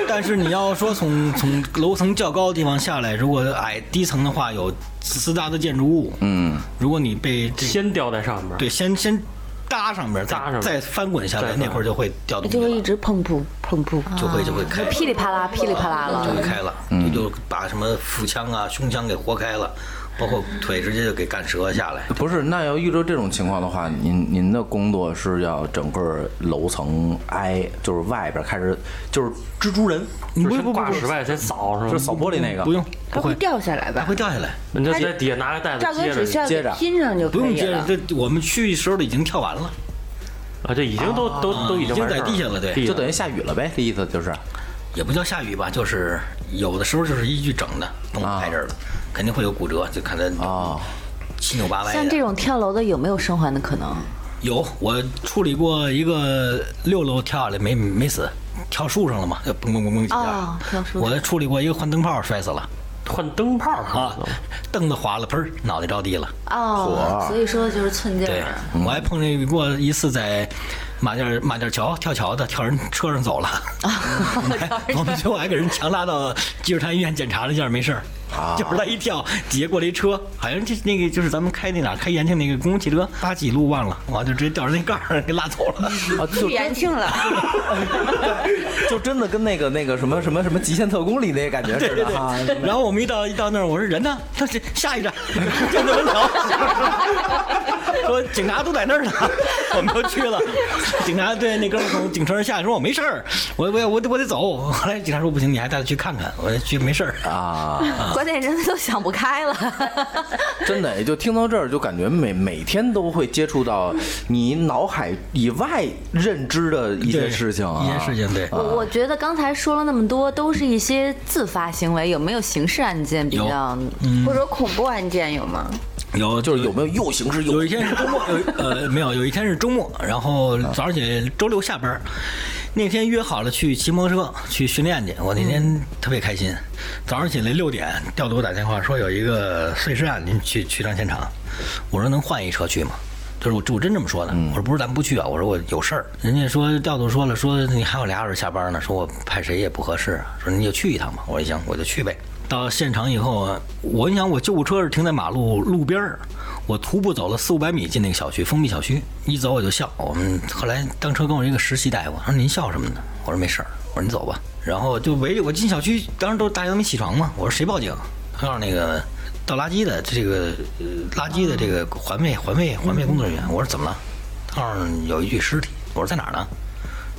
Speaker 5: 但是你要说从从楼层较高的地方下来，如果矮低层的话，有四大的建筑物，嗯，如果你被这
Speaker 2: 先吊在上面，
Speaker 5: 对先先搭上边儿，再
Speaker 2: 搭上边儿
Speaker 5: 再翻滚下来，
Speaker 2: 再翻
Speaker 5: 那会儿就会掉东西
Speaker 7: 就会
Speaker 5: 了
Speaker 7: 一，直碰扑碰扑，
Speaker 5: 就会就会开，
Speaker 7: 噼里啪啦噼里啪啦
Speaker 5: 就会
Speaker 7: 了。
Speaker 5: 开了，
Speaker 2: 嗯
Speaker 5: 就就把什么腹腔啊、胸腔给活开了，包括腿直接就给干折下来。
Speaker 1: 不是，那要遇到这种情况的话，您您的工作是要整个楼层挨，就是外边开始就是蜘蛛人，
Speaker 5: 你
Speaker 2: 就是
Speaker 5: 不
Speaker 2: 先
Speaker 5: 不不
Speaker 2: 挂室外先扫是
Speaker 1: 就是
Speaker 2: 吧？
Speaker 1: 扫玻璃那个，
Speaker 5: 不用，
Speaker 6: 它
Speaker 5: 不
Speaker 6: 会
Speaker 5: 会，
Speaker 6: 掉下来
Speaker 5: 它
Speaker 6: 吧
Speaker 5: 会？掉下来。
Speaker 2: 你就在底下拿个袋
Speaker 6: 赵
Speaker 2: 子
Speaker 6: 哥
Speaker 2: 接
Speaker 6: 只需要
Speaker 2: 着
Speaker 1: 接
Speaker 6: 给
Speaker 1: 着
Speaker 6: 拼上就
Speaker 5: 不
Speaker 6: 可
Speaker 5: 用
Speaker 6: 以
Speaker 5: 接着
Speaker 6: 了，。
Speaker 5: 这我们去时候已经跳完了。
Speaker 2: 啊，这已经都都都已经
Speaker 5: 已经
Speaker 2: 完事
Speaker 5: 在
Speaker 2: 儿
Speaker 5: 地下了对
Speaker 2: 地
Speaker 1: 就等于下雨了呗，这意思就是。
Speaker 5: 也不叫下雨吧，就是有的时候就是一句整的，动
Speaker 1: 啊
Speaker 5: 拍这儿了，肯定会有骨折，就看他
Speaker 1: 哦
Speaker 5: 七扭八歪的。
Speaker 7: 像这种跳楼的有没有生还的可能？
Speaker 5: 有我处理过一个六楼跳下来没没死，跳树上了嘛，就嘣嘣嘣嘣几下。
Speaker 7: 哦跳树上
Speaker 5: 我处理过一个换灯泡摔死了
Speaker 2: 换灯泡儿
Speaker 5: 啊
Speaker 2: 可能，
Speaker 5: 凳子滑了，砰，脑袋着地了。
Speaker 7: 哦，所以说就是寸劲
Speaker 5: 对啊
Speaker 7: 儿。，啊
Speaker 5: 我还碰见过一次在马甸马甸桥跳桥的，跳人车上走了，
Speaker 7: 啊
Speaker 5: 我们还我们最后还给人强拉到积水潭医院检查了一下，没事儿。 就是他一跳，底下过来一车，好像这那个就是咱们开那哪儿开延庆那个公共汽车，八几路忘了，完就直接吊着那盖儿给拉走 了。
Speaker 1: 啊，就
Speaker 6: 延庆了，
Speaker 1: 就真的跟那个那个什么什么什么极限特工里那感觉似的啊！
Speaker 5: 然后我们一到一到那儿，我说人呢？他这下一站 建德门桥， 说警察都在那儿呢， 我们都去了。警察对那哥们儿从警车上下来，说我没事儿，我我我得我得走。后来警察说不行，你还带他去看看。我说去没事儿，
Speaker 1: 啊，
Speaker 7: 关键人都想不开 了。
Speaker 5: 啊
Speaker 1: 真的，也就听到这儿，就感觉每每天都会接触到你脑海以外认知的一些
Speaker 5: 对
Speaker 1: 事情啊，
Speaker 5: 一些事情对。
Speaker 7: 我我觉得刚才说了那么多，都是一些自发行为，有没有刑事案件比
Speaker 5: 有嗯
Speaker 7: 较？
Speaker 6: 或者恐怖案件有吗？
Speaker 5: 有
Speaker 1: 就是有没有又形式又
Speaker 5: 有一天是周末，有一呃没有，有一天是周末，然后早上起来周六下班儿，那天约好了去骑摩托车去训练去，我那天特别开心，早上起来六点调度打电话说有一个碎尸案，您去去趟现场，我说能换一车去吗？就是我我真这么说的，我说不是咱们不去啊，我说我有事儿，人家说调度说了说你还有俩小时下班呢，说我派谁也不合适，啊说你就去一趟吧，我说行我就去呗。到现场以后，啊我你想我救护车是停在马路路边儿，我徒步走了四五百米进那个小区，封闭小区，一走我就笑。我们后来当车跟我一个实习大夫说您笑什么呢？我说没事儿，我说你走吧。然后就围着我进小区，当时都大家都没起床嘛。我说谁报警？他告诉那个倒垃圾的这个呃垃圾的这个环卫环卫环卫工作人员。我说怎么了？他告诉有一具尸体。我说在哪儿呢？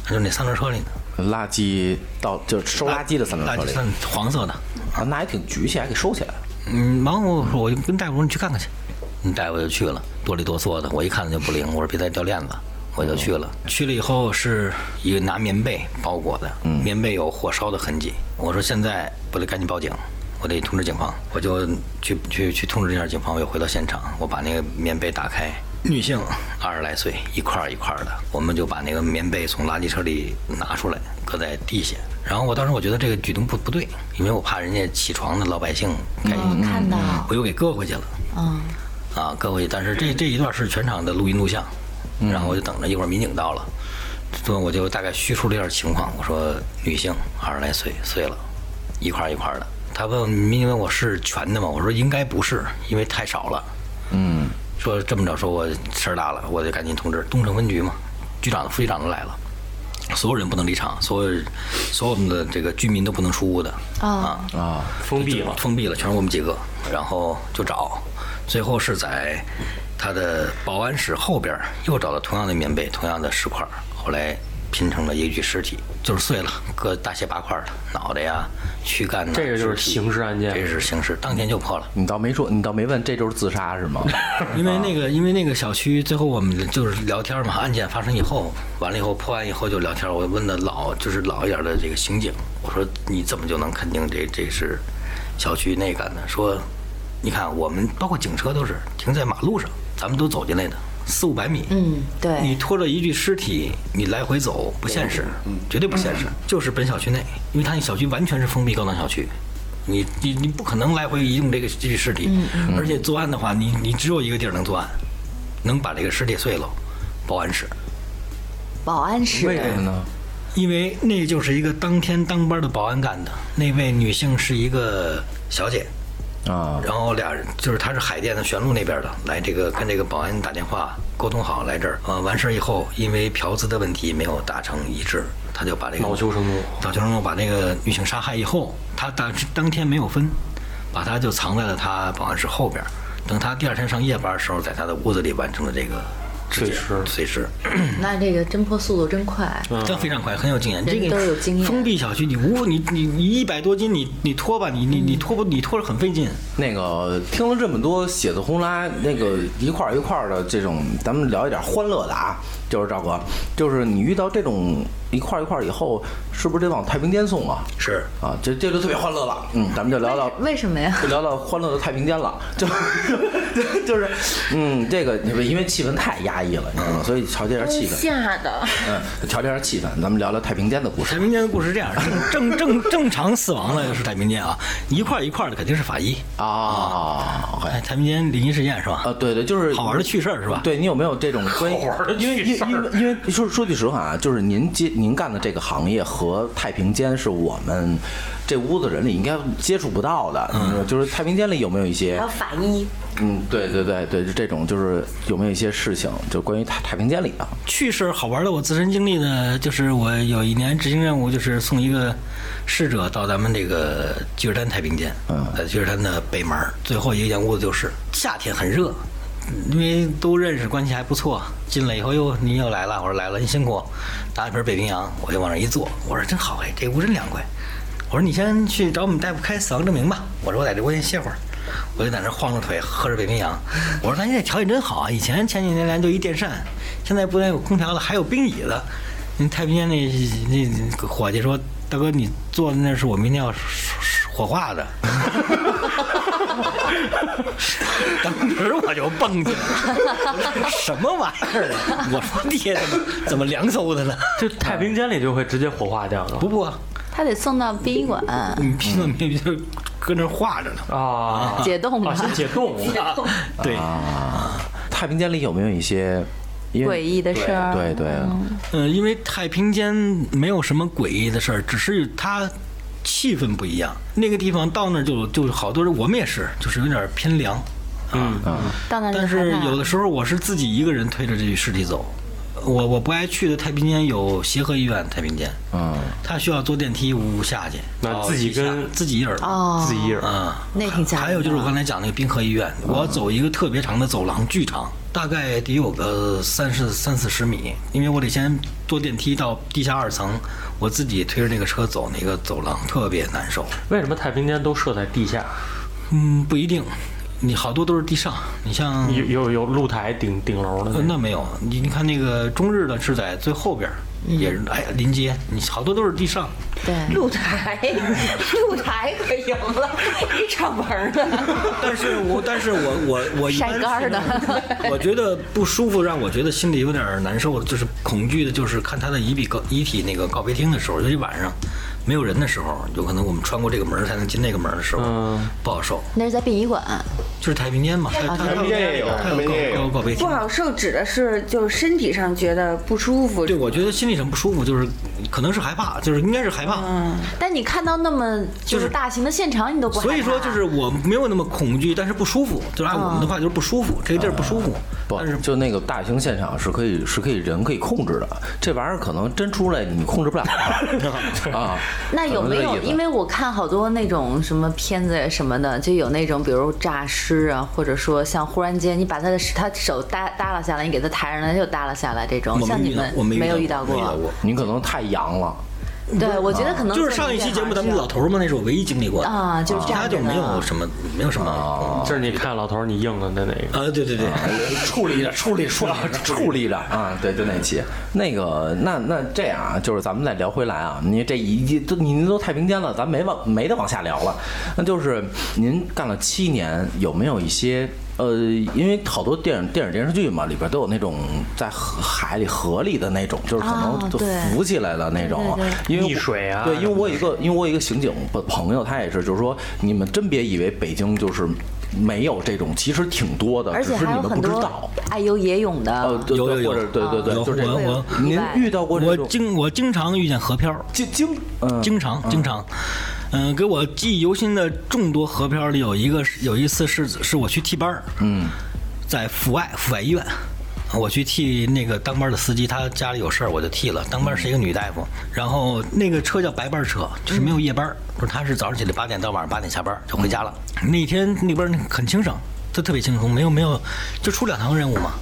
Speaker 5: 他说那三轮车里呢。
Speaker 1: 垃圾到就收垃圾的三轮车
Speaker 5: 垃圾
Speaker 1: 里
Speaker 5: 三黄色的。
Speaker 1: 啊，那还挺局气，还给收起来了。
Speaker 5: 嗯，然后我就跟大夫说：“你去看看去。”嗯，大夫就去了，哆里哆嗦的。我一看他就不灵，我说别再掉链子，我就去了。去了以后是一个拿棉被包裹的，棉被有火烧的痕迹。我说现在我得赶紧报警，我得通知警方。我就去去去通知一下警方，我又回到现场，我把那个棉被打开。女性，二十来岁，一块儿一块儿的，我们就把那个棉被从垃圾车里拿出来，搁在地下。然后我当时我觉得这个举动不不对，因为我怕人家起床的老百姓开心，
Speaker 7: 嗯，看到，
Speaker 5: 我又给搁回去了。
Speaker 7: 嗯，嗯
Speaker 5: 啊，各位，但是这这一段是全场的录音录像，然后我就等着一会儿民警到了，所以我就大概叙述了一下情况。我说女性二十来岁，碎了，一块儿一块儿的。他问因为我是全的嘛，我说应该不是，因为太少了。
Speaker 1: 嗯，
Speaker 5: 说这么着，说我事儿大了，我得赶紧通知东城分局嘛，局长、副局长都来了，所有人不能离场，所有所有的这个居民都不能出屋的、啊，
Speaker 1: 啊，
Speaker 2: 封闭了。
Speaker 5: 封闭了，全是我们几个，然后就找，最后是在他的保安室后边儿又找到同样的棉被、同样的石块儿，后来拼成了一具尸体，就是碎了，各大卸八块儿的，脑袋呀、躯干呐，
Speaker 2: 这个就是
Speaker 5: 肢体
Speaker 2: 刑事案件
Speaker 5: 这是刑事，当天就破了。
Speaker 1: 你倒没说，你倒没问，这就是自杀是吗？
Speaker 5: 因为那个，因为那个小区，最后我们就是聊天嘛，案件发生以后，完了以后破案以后就聊天。我问的老就是老一点的这个刑警，我说你怎么就能肯定这这是小区内干的？说，你看我们包括警车都是停在马路上，咱们都走进来的，四五百米，
Speaker 7: 嗯，
Speaker 5: 你
Speaker 7: 对，
Speaker 5: 拖着一具尸体，你来回走不现实，绝对不现实。就是本小区内，因为它那小区完全是封闭高档小区，你你你不可能来回移动这个这具尸体，而且作案的话，你你只有一个地儿能作案，能把这个尸体碎了，保安室。
Speaker 7: 保安室
Speaker 1: 为什么嗯呢？
Speaker 5: 因为那就是一个当天当班的保安干的，那位女性是一个小姐，
Speaker 1: 啊，
Speaker 5: 然后俩人就是他是海淀的玄路那边的，来这个跟这个保安打电话沟通好来这儿，呃，完事儿以后因为嫖资的问题没有达成一致，他就把这个
Speaker 2: 恼羞成怒，
Speaker 5: 恼羞成怒把那个女性杀害以后，他当时当天没有分，把她就藏在了他保安室后边儿，等他第二天上夜班的时候，在他的屋子里完成了这个肢解
Speaker 2: 碎尸嗯
Speaker 5: 碎尸。
Speaker 7: 那这个侦破速度真快，
Speaker 5: 这非常快，很有经验。
Speaker 7: 人
Speaker 5: 这个
Speaker 7: 都有经验
Speaker 5: 封闭小区，你无你你你一百多斤，你你拖吧，你你你拖不，你拖着很费劲。
Speaker 1: 那个听了这么多血字红拉，那个一块儿一块儿的这种，咱们聊一点欢乐的啊，就是赵哥，就是你遇到这种一块儿一块儿以后，是不是得往太平间送啊？
Speaker 5: 是，
Speaker 1: 啊，这这就特别欢乐了，嗯，咱们就聊到
Speaker 7: 为什么呀？
Speaker 1: 就聊到欢乐的太平间了，就 就是，嗯，这个因为气氛太压抑了，你知道吗？所以调节一下气氛，
Speaker 6: 吓的，
Speaker 1: 嗯，调节一下气氛，咱们聊聊太平间的故事
Speaker 5: 太。平间的故事是这样，正正正正常死亡了是太平间啊，一块儿一块儿的肯定是法医。
Speaker 1: 啊，OK，
Speaker 5: 哎，太平间灵异事件是吧？
Speaker 1: 啊，对对，就是
Speaker 5: 好玩的趣事儿是吧？，
Speaker 1: 对你有没有这种关于
Speaker 2: 好玩儿的
Speaker 1: 因为
Speaker 2: 趣
Speaker 1: 因
Speaker 2: 事儿
Speaker 1: 为因为因为说说句实话啊，就是您接您干的这个行业和太平间是我们这屋子人里应该接触不到的，你
Speaker 5: 嗯
Speaker 1: 知道就是太平间里有没有一些
Speaker 7: 还有法医，
Speaker 1: 嗯，对对对对，就这种就是有没有一些事情，就关于太太平间里啊的
Speaker 5: 趣事儿好玩的，我自身经历呢，就是我有一年执行任务，就是送一个逝者到咱们这个积水潭太平间，呃
Speaker 1: 嗯
Speaker 5: 在积水潭的北门儿最后一间屋子就是夏天很热，因为都认识，关系还不错。进来以后哟，您又来了，我说来了，您辛苦，拿一瓶北冰洋，我就往那儿一坐，我说真好哎，这屋真凉快。我说你先去找我们大夫开死亡证明吧。我说我在这屋先歇会儿，我就在那儿晃着腿喝着北冰洋。我说咱现在条件真好啊，以前前几年来就一电扇，现在不但有空调了，还有冰椅子。那太平间那那那伙计说：“大哥，你坐在那儿是我明天要火化的。” 当时我就蹦起来了，什么玩意儿啊！我说爹，怎么怎么凉飕的呢？
Speaker 2: 就太平间里就会直接火化掉的
Speaker 5: 不不，
Speaker 7: 他得送到殡仪馆
Speaker 5: 你拼了命就搁那儿化着呢。
Speaker 2: 啊，
Speaker 7: 解冻吧
Speaker 2: 啊，先解 冻。
Speaker 5: 对，
Speaker 7: 啊
Speaker 1: 太平间里有没有一些因
Speaker 7: 诡
Speaker 1: 为
Speaker 7: 异啊的事儿，
Speaker 1: 对对，
Speaker 5: 嗯，因为太平间没有什么诡异的事儿，只是它气氛不一样。那个地方到那儿就就好多人，我们也是，就是有点偏凉。啊
Speaker 2: 嗯，
Speaker 7: 到那儿就
Speaker 5: 但是
Speaker 7: 害怕
Speaker 5: 有的时候我是自己一个人推着这具尸体走。我我不爱去的太平间有协和医院，太平间，
Speaker 1: 嗯，
Speaker 5: 他需要坐电梯五屋下去，
Speaker 2: 那
Speaker 5: 到
Speaker 2: 自己
Speaker 5: 地下
Speaker 2: 跟
Speaker 5: 自己一人儿
Speaker 7: 哦，
Speaker 2: 自己一人。
Speaker 5: 嗯，
Speaker 7: 那挺吓人的啊
Speaker 5: 还有就是我刚才讲那个滨河医院，我要走一个特别长的走廊，巨长，大概得有个三十三四十米，因为我得先坐电梯到地下二层，我自己推着那个车走那个走廊，特别难受。
Speaker 2: 为什么太平间都设在地下？
Speaker 5: 嗯，不一定，你好多都是地上，你像
Speaker 2: 有有有露台顶顶楼的
Speaker 5: 呃
Speaker 2: 那种
Speaker 5: 那没有，你你看那个中日的是在最后边儿，
Speaker 7: 嗯
Speaker 5: 也是哎呀临街，你好多都是地上。
Speaker 7: 对，
Speaker 6: 露台，露台可赢了，一敞门的，
Speaker 5: 但是我 但是我我我一般
Speaker 7: 晒干儿的
Speaker 5: 是，我觉得不舒服，让我觉得心里有点难受，就是恐惧的，就是看他的遗体告遗体那个告别厅的时候，尤其晚上，没有人的时候，有可能我们穿过这个门儿才能进那个门儿的时候，
Speaker 2: 嗯
Speaker 5: 不好受。
Speaker 7: 那是在殡仪馆，
Speaker 5: 就是太平间嘛，太
Speaker 3: 太平间也有
Speaker 5: 它
Speaker 3: 太平间也有
Speaker 5: 有告告别
Speaker 6: 不
Speaker 5: 厅。
Speaker 6: 好受指的是就是身体上觉得不舒服，
Speaker 5: 对，我觉得心理上不舒服，就是可能是害怕，就是应该是害怕。
Speaker 7: 但你看到那么
Speaker 5: 就
Speaker 7: 就是是大型的现场，你都不害怕啊
Speaker 5: 所以说，就是我没有那么恐惧，但是不舒服。就是按我们的话，就是不舒服，这个地儿不舒服。
Speaker 1: 不
Speaker 5: 但是，
Speaker 1: 就那个大型现场是可以是可以人可以控制的，这玩意儿可能真出来你控制不了 啊。
Speaker 7: 那有没
Speaker 1: 可能
Speaker 7: 有？
Speaker 1: 这意思
Speaker 7: 因为我看好多那种什么片子什么的，就有那种比如诈尸啊，或者说像忽然间你把他的他手耷耷拉下来，你给他抬上来他就耷拉下来这种，
Speaker 5: 我
Speaker 7: 像
Speaker 5: 们
Speaker 7: 你
Speaker 5: 遇到
Speaker 7: 们
Speaker 5: 我没
Speaker 7: 没有
Speaker 5: 遇
Speaker 7: 遇到
Speaker 5: 没遇到
Speaker 7: 过。
Speaker 5: 过。
Speaker 1: 你啊可能太阳了，
Speaker 7: 对，我觉得可能
Speaker 5: 就是
Speaker 7: 在
Speaker 5: 上一期
Speaker 7: 这
Speaker 5: 节目
Speaker 7: 行
Speaker 5: 咱们
Speaker 7: 是
Speaker 5: 老头儿嘛，那是我唯一经历过的
Speaker 7: 啊就是
Speaker 5: 其
Speaker 7: 这样
Speaker 5: 他就
Speaker 7: 子的
Speaker 5: 没有什么没有什么啊，
Speaker 2: 就是你看老头儿你硬了的那个，
Speaker 5: 对对对，
Speaker 1: 啊 处理着，处理处理处理着啊！对，就那期那个那那这样啊，就是咱们再聊回来啊，你这一都您都太平间了，咱没往没得往下聊了。那就是您干了七年，有没有一些呃，因为好多电影电影电视剧嘛，里边都有那种在河海里河里的那种，就是可能
Speaker 7: 啊
Speaker 1: 就
Speaker 7: 对
Speaker 1: 浮起来的那种
Speaker 7: 对对，
Speaker 1: 因为我
Speaker 2: 溺水啊
Speaker 1: 对，因为我有一个因为我有一个刑警朋友，他也是，就是说你们真别以为北京就是。没有这种，其实挺多的，
Speaker 7: 而且
Speaker 1: 只是
Speaker 7: 还
Speaker 1: 你
Speaker 7: 有
Speaker 1: 们
Speaker 7: 很
Speaker 1: 不知
Speaker 7: 多
Speaker 1: 道。
Speaker 7: 爱游野泳的，
Speaker 1: 呃，对
Speaker 5: 有
Speaker 1: 对
Speaker 5: 有
Speaker 1: 或者
Speaker 5: 有
Speaker 1: 对对对，
Speaker 5: 有
Speaker 1: 就是
Speaker 5: 我
Speaker 1: 这
Speaker 5: 我
Speaker 1: 种您遇到过这
Speaker 5: 我
Speaker 1: 种
Speaker 5: 经我经常遇见河漂儿，
Speaker 1: 经经嗯
Speaker 5: 经常经常，嗯、给我记忆犹新的众多河漂儿里有一个是有一次是是我去替班儿，嗯，在阜外阜外医院。我去替那个当班儿的司机，他家里有事儿，我就替了。当班儿是一个女大夫，然后那个车叫白班儿车，就是没有夜班儿，就是她是早上起来八点到晚上八点下班儿就回家了。
Speaker 1: 嗯
Speaker 5: 那天那边儿很轻省，就特别轻松，没有没有，就出两趟任务嘛。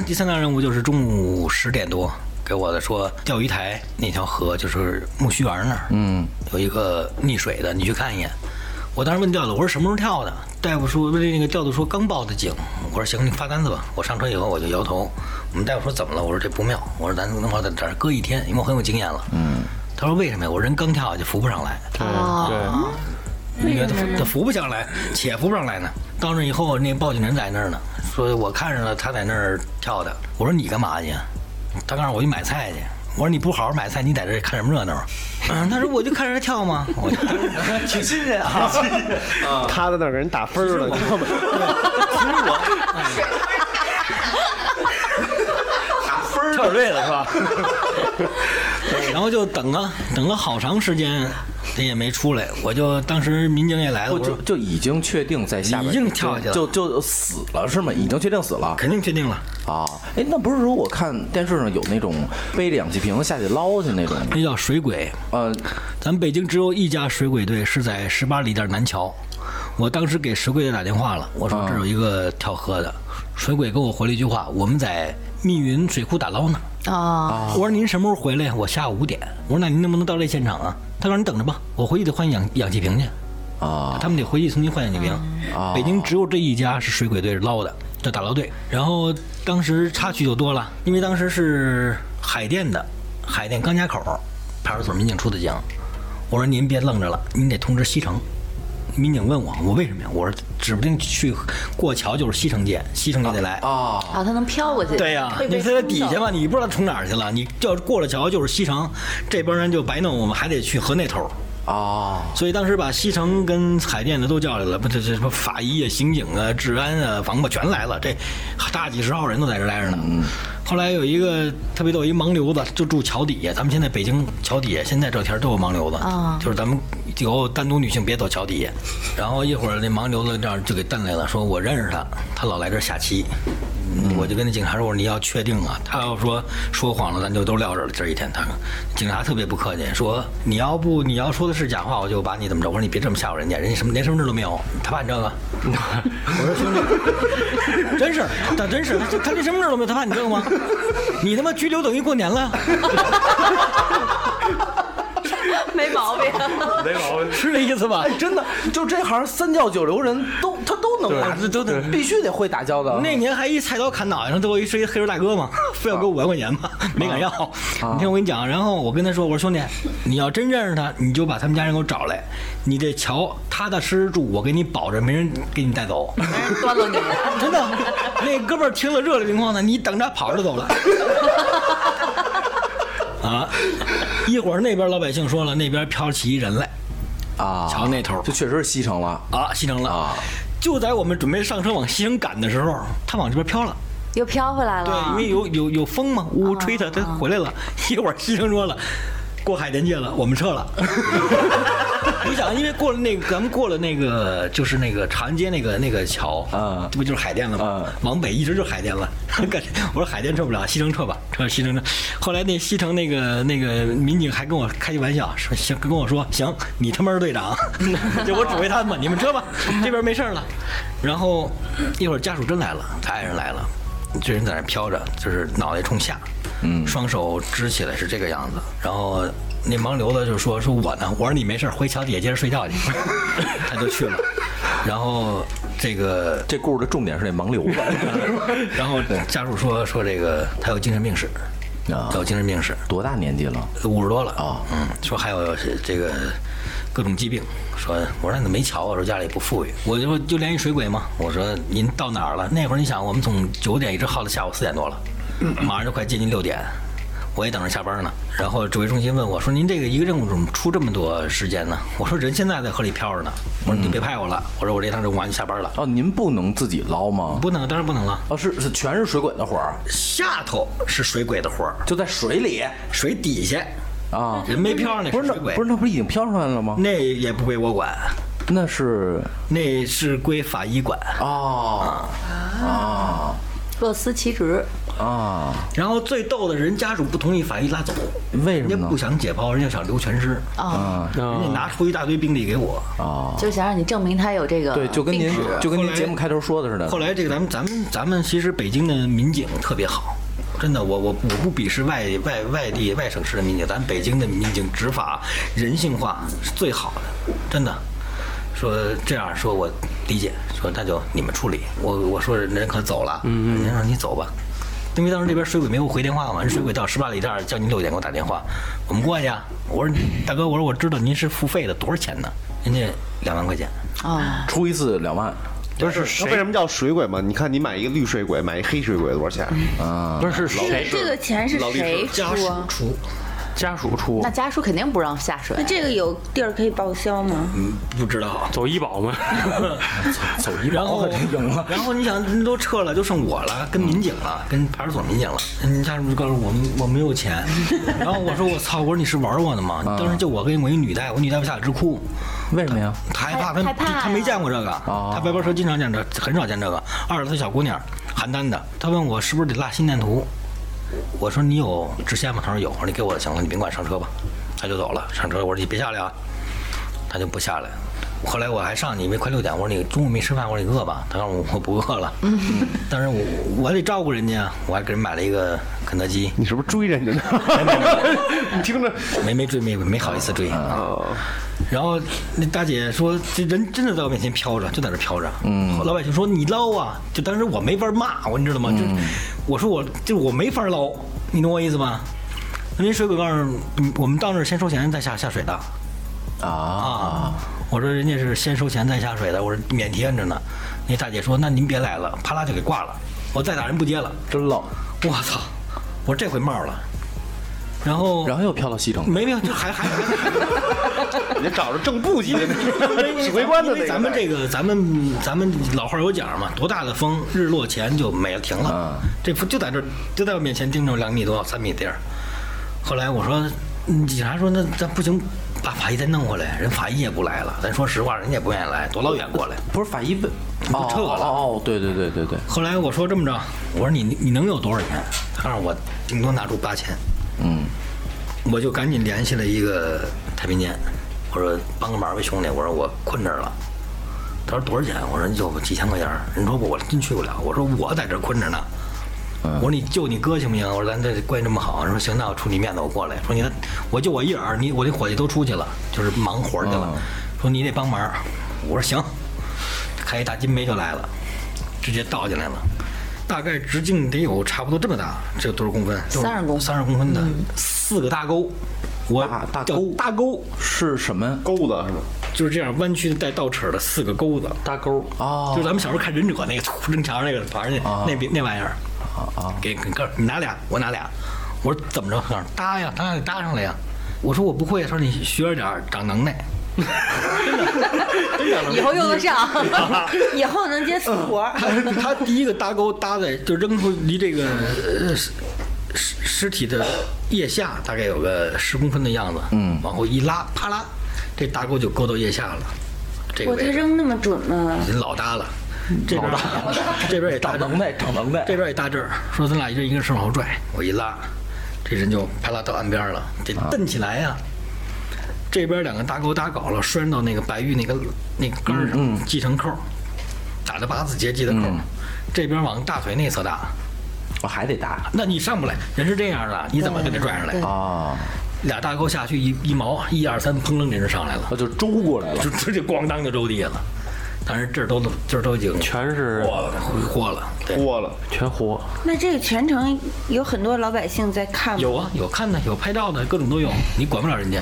Speaker 5: 第三大任务就是中午十点多给我的说，钓鱼台那条河就是木须园那儿，嗯，有一个溺水的，你去看一眼。我当时问调度，我说什么时候跳的？大夫说，那个调度说刚报的警。我说行，你发单子吧。我上车以后我就摇头。我们大夫说怎么了？我说这不妙。我说咱能不能在这儿搁一天？因为我很有经验了。嗯。他说为什么呀？我人刚跳下去浮不上来。
Speaker 2: 对
Speaker 1: 啊
Speaker 2: 对，
Speaker 5: 你看他他扶不上来，且扶不上来呢。到那以后，那报警人在那儿呢，说我看着了，他在那儿跳的。我说你干嘛去？他告诉我我去买菜去。我说你不好好买菜，你在这儿看什么热闹啊？嗯他说我就看着他跳吗？我就 挺信任啊。
Speaker 3: 他在那儿给人打分儿了，你知道吗？
Speaker 5: 跳对了是吧？然后就等啊，等了好长时间，他也没出来。我就当时民警也来了，
Speaker 1: 不
Speaker 5: 我说
Speaker 1: 就就已经确定在下面
Speaker 5: 已经跳下去了
Speaker 1: 就就就死了是吗？已经确定死了
Speaker 5: 肯定确定了，
Speaker 1: 啊？哎，那不是说我看电视上有那种背着氧气瓶下去捞去那种吗？
Speaker 5: 那叫水鬼。
Speaker 1: 呃，
Speaker 5: 咱们北京只有一家水鬼队是在十八里店南桥。我当时给水鬼队打电话了，我说这儿有一个跳河的，水鬼给我回了一句话：我们在密云水库打捞呢。
Speaker 7: 啊，
Speaker 5: 我说您什么时候回来呀？我下午五点。我说那您能不能到这现场啊？他说你等着吧，我回去得换氧氧气瓶去。
Speaker 1: 啊
Speaker 5: 他们得回去重新换氧气瓶。
Speaker 1: 哦
Speaker 5: 北京只有这一家是水鬼队捞的，叫打捞队。然后当时插曲就多了，因为当时是海淀的，海淀张家口派出所民警出的警。我说您别愣着了，您得通知西城。民警问我，我为什么呀？我说指不定去过桥就是西城街，西城也得来。
Speaker 1: 啊
Speaker 7: 啊，他能飘过去，
Speaker 5: 对呀、
Speaker 7: 会
Speaker 5: 你
Speaker 7: 被
Speaker 5: 在它
Speaker 7: 冲
Speaker 5: 底下
Speaker 7: 走
Speaker 5: 嘛，你不知道冲哪儿去了。你要是过了桥就是西城，这帮人就白弄，我们还得去河那头儿。
Speaker 1: 啊！
Speaker 5: 所以当时把西城跟海淀的都叫来了，不这这什么法医啊、刑警啊、治安啊、防暴全来了，这大几十号人都在这儿待着呢。后来有一个特别逗，一盲流子就住桥底下。咱们现在北京桥底下，现在这天儿都有盲流子，
Speaker 7: 啊
Speaker 5: 就是咱们以后单独女性别走桥底下。然后一会儿那盲流子这样就给蹬来了，说我认识他，他老来这儿下棋。嗯我就跟那警察说：“我说你要确定啊，他要说说谎了，咱就都撂这儿了。这一天，他警察特别不客气，说你要不你要说的是假话，我就把你怎么着。我说你别这么吓唬人家，人家什么连身份证都没有，他怕你这个。我说兄 弟，真是，他真是，他他连身份证都没有，他怕你这个吗？你他妈拘留等于过年了，
Speaker 7: 没毛 病，
Speaker 2: 没毛病。
Speaker 5: 是这意思吧？
Speaker 1: 哎真的，就这行三教九流人都他都能打，都得必须得会打交道。
Speaker 5: 那年还一菜刀砍脑袋上，最后一是一黑人大哥嘛， 非要给我五万块钱嘛， 没敢要。你听我跟你讲，然后我跟他说，我说兄弟，你要真认识他，你就把他们家人给我找来，你这桥踏踏实实住，我给你保着，没人给你带走。
Speaker 7: 哎端了你。
Speaker 5: 真的，那哥们儿听了热泪盈眶的，你等着跑着就走了。啊，啊，一会儿那边老百姓说了，那边飘起一人来
Speaker 1: 啊，
Speaker 5: 瞧那头
Speaker 1: 就确实是西城了
Speaker 5: 啊，西城了。
Speaker 1: 啊
Speaker 5: 就在我们准备上车往西城赶的时候，他往这边飘了。
Speaker 7: 又飘回来
Speaker 5: 对，
Speaker 7: 了啊
Speaker 5: 因。为有有有风嘛，呜呜吹它，它回来了。 一会儿西城说了，过海淀界了，我们撤了。 你想，因为过了那个，咱们过了那个，就是那个长安街那个那个桥，
Speaker 1: 嗯
Speaker 5: 这不就是海淀了吗？
Speaker 1: 嗯
Speaker 5: 往北一直就是海淀了。 感觉我说海淀撤不了，西城撤吧，撤西城撤。后来那西城那个那个民警还跟我开句玩笑，说行，跟我说行，你他妈是队长，就我指挥他们吧，你们撤吧，这边没事儿了。然后一会儿家属真来了，他爱人来了，这人在那飘着，就是脑袋冲下，嗯，双手支起来是这个样子。然后那盲流子就说说我呢，我说你没事儿回桥底下接着睡觉去， 他就去了。然后这个
Speaker 1: 这故事的重点是那盲流子，
Speaker 5: 然后家属说说这个他有精神病史，
Speaker 1: 啊
Speaker 5: 他有精神病史，
Speaker 1: 多大年纪了？
Speaker 5: 五十多了啊，嗯，说还有这个各种疾病，说我说那你怎么没瞧啊？说家里不富裕，我就就联系水鬼嘛，我说您到哪儿了？那会儿你想，我们从九点一直耗到下午四点多了，马上就快接近六点。我也等着下班呢，然后指挥中心问我说：“您这个一个任务怎么出这么多时间呢？”我说：“人现在在河里漂着呢。”我说：“你别派我了。”我说：“我这趟任务完就下班了。
Speaker 1: 哦，您不能自己捞”吗？
Speaker 5: 不能，当然不能了。
Speaker 1: 哦，是是，全是水鬼的活儿，
Speaker 5: 下头是水鬼的活儿，
Speaker 1: 就在水里
Speaker 5: 水底下
Speaker 1: 啊。
Speaker 5: 人没漂上那
Speaker 1: 不是那
Speaker 5: 水鬼，
Speaker 1: 不是那不是已经飘上来了吗？
Speaker 5: 那也不归我管，
Speaker 1: 那是
Speaker 5: 那是归法医管。
Speaker 1: 哦
Speaker 7: 各司其职，
Speaker 1: 啊，
Speaker 5: 然后最逗的人家属不同意，法医拉走，
Speaker 1: 为什
Speaker 5: 人
Speaker 1: 么
Speaker 5: 家
Speaker 1: 呢
Speaker 5: 不？想解剖，人家想留全尸，人家拿出一大堆病例给我。
Speaker 1: 啊，
Speaker 7: 就是想让你证明他有这个
Speaker 1: 对，就跟您
Speaker 7: 病史
Speaker 1: 就跟
Speaker 5: 后
Speaker 1: 您
Speaker 5: 来
Speaker 1: 节目开头说的似的
Speaker 5: 后，来这个咱们咱们咱们其实北京的民警特别好，真的，我我我不鄙视外外外地外省市的民警，咱北京的民警执法人性化是最好的，真的。说这样说我理解，说那就你们处理。我我说人可走了，嗯嗯，人家说你走吧。因为当时这边水鬼没给我回电话嘛，人水鬼到十八里店儿叫你六点给我打电话，我们过去啊。我说大哥，我说我知道您是付费的，多少钱呢？人家两万块钱，
Speaker 7: 啊，
Speaker 1: 出一次两万
Speaker 3: 不是谁？为什么叫水鬼嘛？你看，你买一个绿水鬼，买一黑水鬼多少钱？
Speaker 2: 不是是
Speaker 6: 哎这个
Speaker 2: 谁
Speaker 6: 这个钱是
Speaker 3: 老律师
Speaker 6: 谁出
Speaker 5: 家属
Speaker 6: 啊？
Speaker 5: 出。
Speaker 2: 家属出
Speaker 7: 那家属肯定不让下水啊
Speaker 6: 那。这个有地儿可以报销吗？
Speaker 5: 不知道。啊
Speaker 2: 走医保 吗？
Speaker 1: 走一
Speaker 5: 然后
Speaker 1: 这赢了。
Speaker 5: 然后你想，人都撤了，就剩我了，跟民警了，跟派出所民警了。人家就告诉我们我没有钱， 然后我说我操，我说你是玩我呢吗？当时就我跟我一女大夫，我女大夫吓得直哭。
Speaker 1: 为什么呀？
Speaker 5: 她害怕，她
Speaker 7: 害怕呀
Speaker 5: 她没见过这个，她白包车经常见这，很少见这个。二十岁小姑娘，邯郸的，她问我是不是得拉心电图，我说你有支线吗？她说有，我说你给我就行了，你甭管上车吧，她就走了。上车我说你别下来啊，她就不下来。后来我还上去，因为快六点，我说你中午没吃饭，我说你饿吧？她说我不饿了，但是我我得照顾人家，我还给人买了一个肯德基，
Speaker 3: 你是不是追人家呢？你听着，
Speaker 5: 没没追，没没好意思追啊。
Speaker 1: 哦
Speaker 5: 然后那大姐说：“这人真的在我面前飘着，就在那飘着。”嗯，老百姓说：“你捞啊！”就当时我没法骂我，你知道
Speaker 1: 嗯
Speaker 5: 吗？就我说我就我没法捞，你懂我意思吧？那人水鬼告诉嗯我们到那儿先收钱再下下水的
Speaker 1: 啊，
Speaker 5: 啊。我说人家是先收钱再下水的，我说免提摁着呢。那大姐说：“那您别来了。”啪啦就给挂了。我再打人不接了，
Speaker 1: 真冷。
Speaker 5: 我操！我说这回冒了。然后
Speaker 1: 然后又飘到西城，
Speaker 5: 没没有，就还还还。
Speaker 3: 你找着正部级的那 个指挥官的
Speaker 5: 因
Speaker 3: 那
Speaker 5: 为
Speaker 3: 个。
Speaker 5: 咱们这个，咱们咱们老话有讲嘛，多大的风，日落前就没了，停
Speaker 3: 啊
Speaker 5: 了。这不就在这儿，就在我面前盯着两米多、三米地儿。后来我说，嗯警察说那咱不行，把法医再弄回来。人法医也不来了，咱说实话，人家也不愿意来，多老远过来。
Speaker 1: 不是法医问，
Speaker 5: 不撤了
Speaker 1: 哦，哦对对对对对，
Speaker 5: 后来我说这么着，我说你你能有多少钱？他让我顶多拿出八千。
Speaker 1: 嗯，
Speaker 5: 我就赶紧联系了一个太平间，我说帮个忙呗，兄弟，我说我困这儿了。他说多少钱？我说就几千块钱儿。人说我真去不了。我说我在这儿困着呢。我说你救你哥行不行？我说咱这关系这么好。说行，那我出你面子，我过来。说你看我就我一人儿，你我这伙计都出去了，就是忙活儿去了。说你得帮忙。我说行，开一大金杯就来了，直接倒进来了。大概直径得有差不多这么大，这有多少公分？
Speaker 7: 30公分
Speaker 5: 三十公分的四个大沟，我
Speaker 1: 大嗯啊大
Speaker 5: 叫
Speaker 1: 沟
Speaker 5: 大沟
Speaker 1: 是什么？
Speaker 3: 钩子是吗？
Speaker 5: 就是这样弯曲的带倒齿的四个钩子，
Speaker 2: 搭钩
Speaker 1: 哦
Speaker 5: 就是咱们小时候看忍者
Speaker 1: 哦
Speaker 5: 那个突扔墙上那个，反正那那那玩意儿，啊啊，给给哥，你拿俩，我拿俩，我说怎么着？他说搭呀，搭得搭上来呀。我说我不会，他说你学着点儿，长能耐。
Speaker 7: 以后用得上。
Speaker 6: 以后能接私活儿。
Speaker 5: 他 他第一个搭钩搭在就扔出离这个呃尸尸尸体的腋下大概有个十公分的样子，嗯，往后一拉，啪啦，这搭钩就勾到腋下了，这个
Speaker 6: 我他
Speaker 5: 位置
Speaker 6: 扔那么准吗？
Speaker 5: 已经老搭了，这边儿这边儿也搭
Speaker 1: 长
Speaker 5: 这儿
Speaker 1: 能耐，长能耐。
Speaker 5: 这边也搭这儿，说咱俩一人一个手往后拽，我一拉，这人就啪啦到岸边了，得蹬起来呀、啊这边两个搭钩搭搞了，拴到那个白玉那个那个杆儿上，系成扣儿，打着八字结系的扣儿。这边往大腿内侧搭，
Speaker 1: 我还得搭
Speaker 5: 那你上不来，人是这样的，你怎么给他拽上来？
Speaker 1: 啊，
Speaker 5: 俩搭钩下去一一毛，一二三，砰楞，人就上来了，
Speaker 1: 我就周过来了。
Speaker 5: 就直接咣当就周地下了。但是这儿都这儿都已经
Speaker 2: 全是
Speaker 5: 豁了，挥霍了。对
Speaker 3: 脱了，
Speaker 2: 全活，
Speaker 6: 那这个全程有很多老百姓在看吗？
Speaker 5: 有啊，有看的，有拍照的，各种都有，你管不了人家。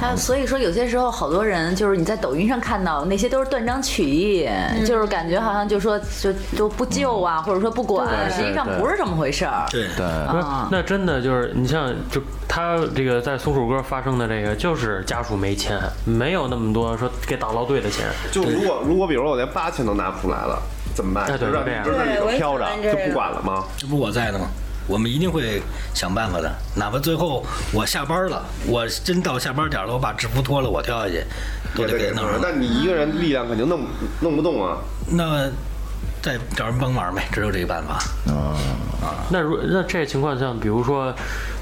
Speaker 7: 他所以说，有些时候好多人就是你在抖音上看到那些都是断章取义，就是感觉好像就说就就不救啊，或者说不管，实际上不是这么回事儿。
Speaker 5: 对
Speaker 1: 对，
Speaker 2: 不是，那真的就是你像就他这个在松鼠哥发生的这个，就是家属没钱，没有那么多说给打捞队的钱，
Speaker 3: 就如果如果比如说我连八千都拿不出来了，怎么办？
Speaker 2: 哎对
Speaker 3: 就让
Speaker 2: 是这
Speaker 3: 你
Speaker 2: 样
Speaker 3: 就让你
Speaker 6: 对我也
Speaker 3: 飘着
Speaker 6: 喜欢这
Speaker 3: 就
Speaker 6: 个
Speaker 3: 不管了吗？
Speaker 5: 这不我在呢吗？我们一定会想办法的，哪怕最后我下班了，我真到下班点了，我把制服脱了，我跳下去，都
Speaker 3: 也
Speaker 5: 得
Speaker 3: 得
Speaker 5: 给
Speaker 3: 给
Speaker 5: 弄
Speaker 3: 弄
Speaker 5: 上
Speaker 3: 上。
Speaker 5: 来。
Speaker 3: 但你一个人力量肯定弄弄不动啊。
Speaker 5: 那再找人帮忙呗，只有这个办法。
Speaker 1: 啊
Speaker 2: 那如那这情况像，比如说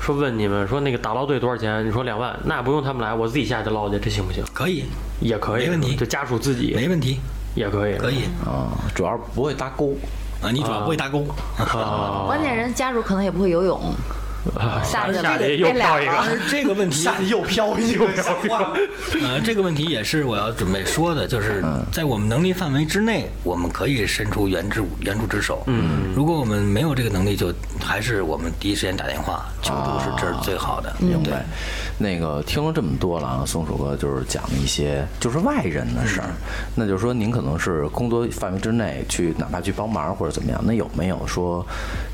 Speaker 2: 说问你们说那个打捞队多少钱？你说两万，那不用他们来，我自己下去捞去，这行不行？
Speaker 5: 可以，
Speaker 2: 也可以，
Speaker 5: 没问题
Speaker 2: 就家属自己
Speaker 5: 没问题，
Speaker 2: 也可以，
Speaker 5: 可以
Speaker 1: 啊，主要是不会搭钩。
Speaker 5: 啊。你主要不会搭 钩，
Speaker 2: 啊。
Speaker 7: 关键人家属可能也不会游泳，下去
Speaker 2: 下
Speaker 7: 了
Speaker 2: 去又
Speaker 7: 这俩
Speaker 2: 跳一个
Speaker 5: 但是呃这个问 题，
Speaker 1: 又飘一个，
Speaker 5: 呃，这个问题也是我要准备说的，就是在我们能力范围之内，我们可以伸出援助援助之手。嗯，如果我们没有这个能力，就还是我们第一时间打电话求助是这是最好的。
Speaker 1: 明白。那个听了这么多了啊，松鼠哥就是讲一些就是外人的事儿，那就是说您可能是工作范围之内去，哪怕去帮忙或者怎么样，那有没有说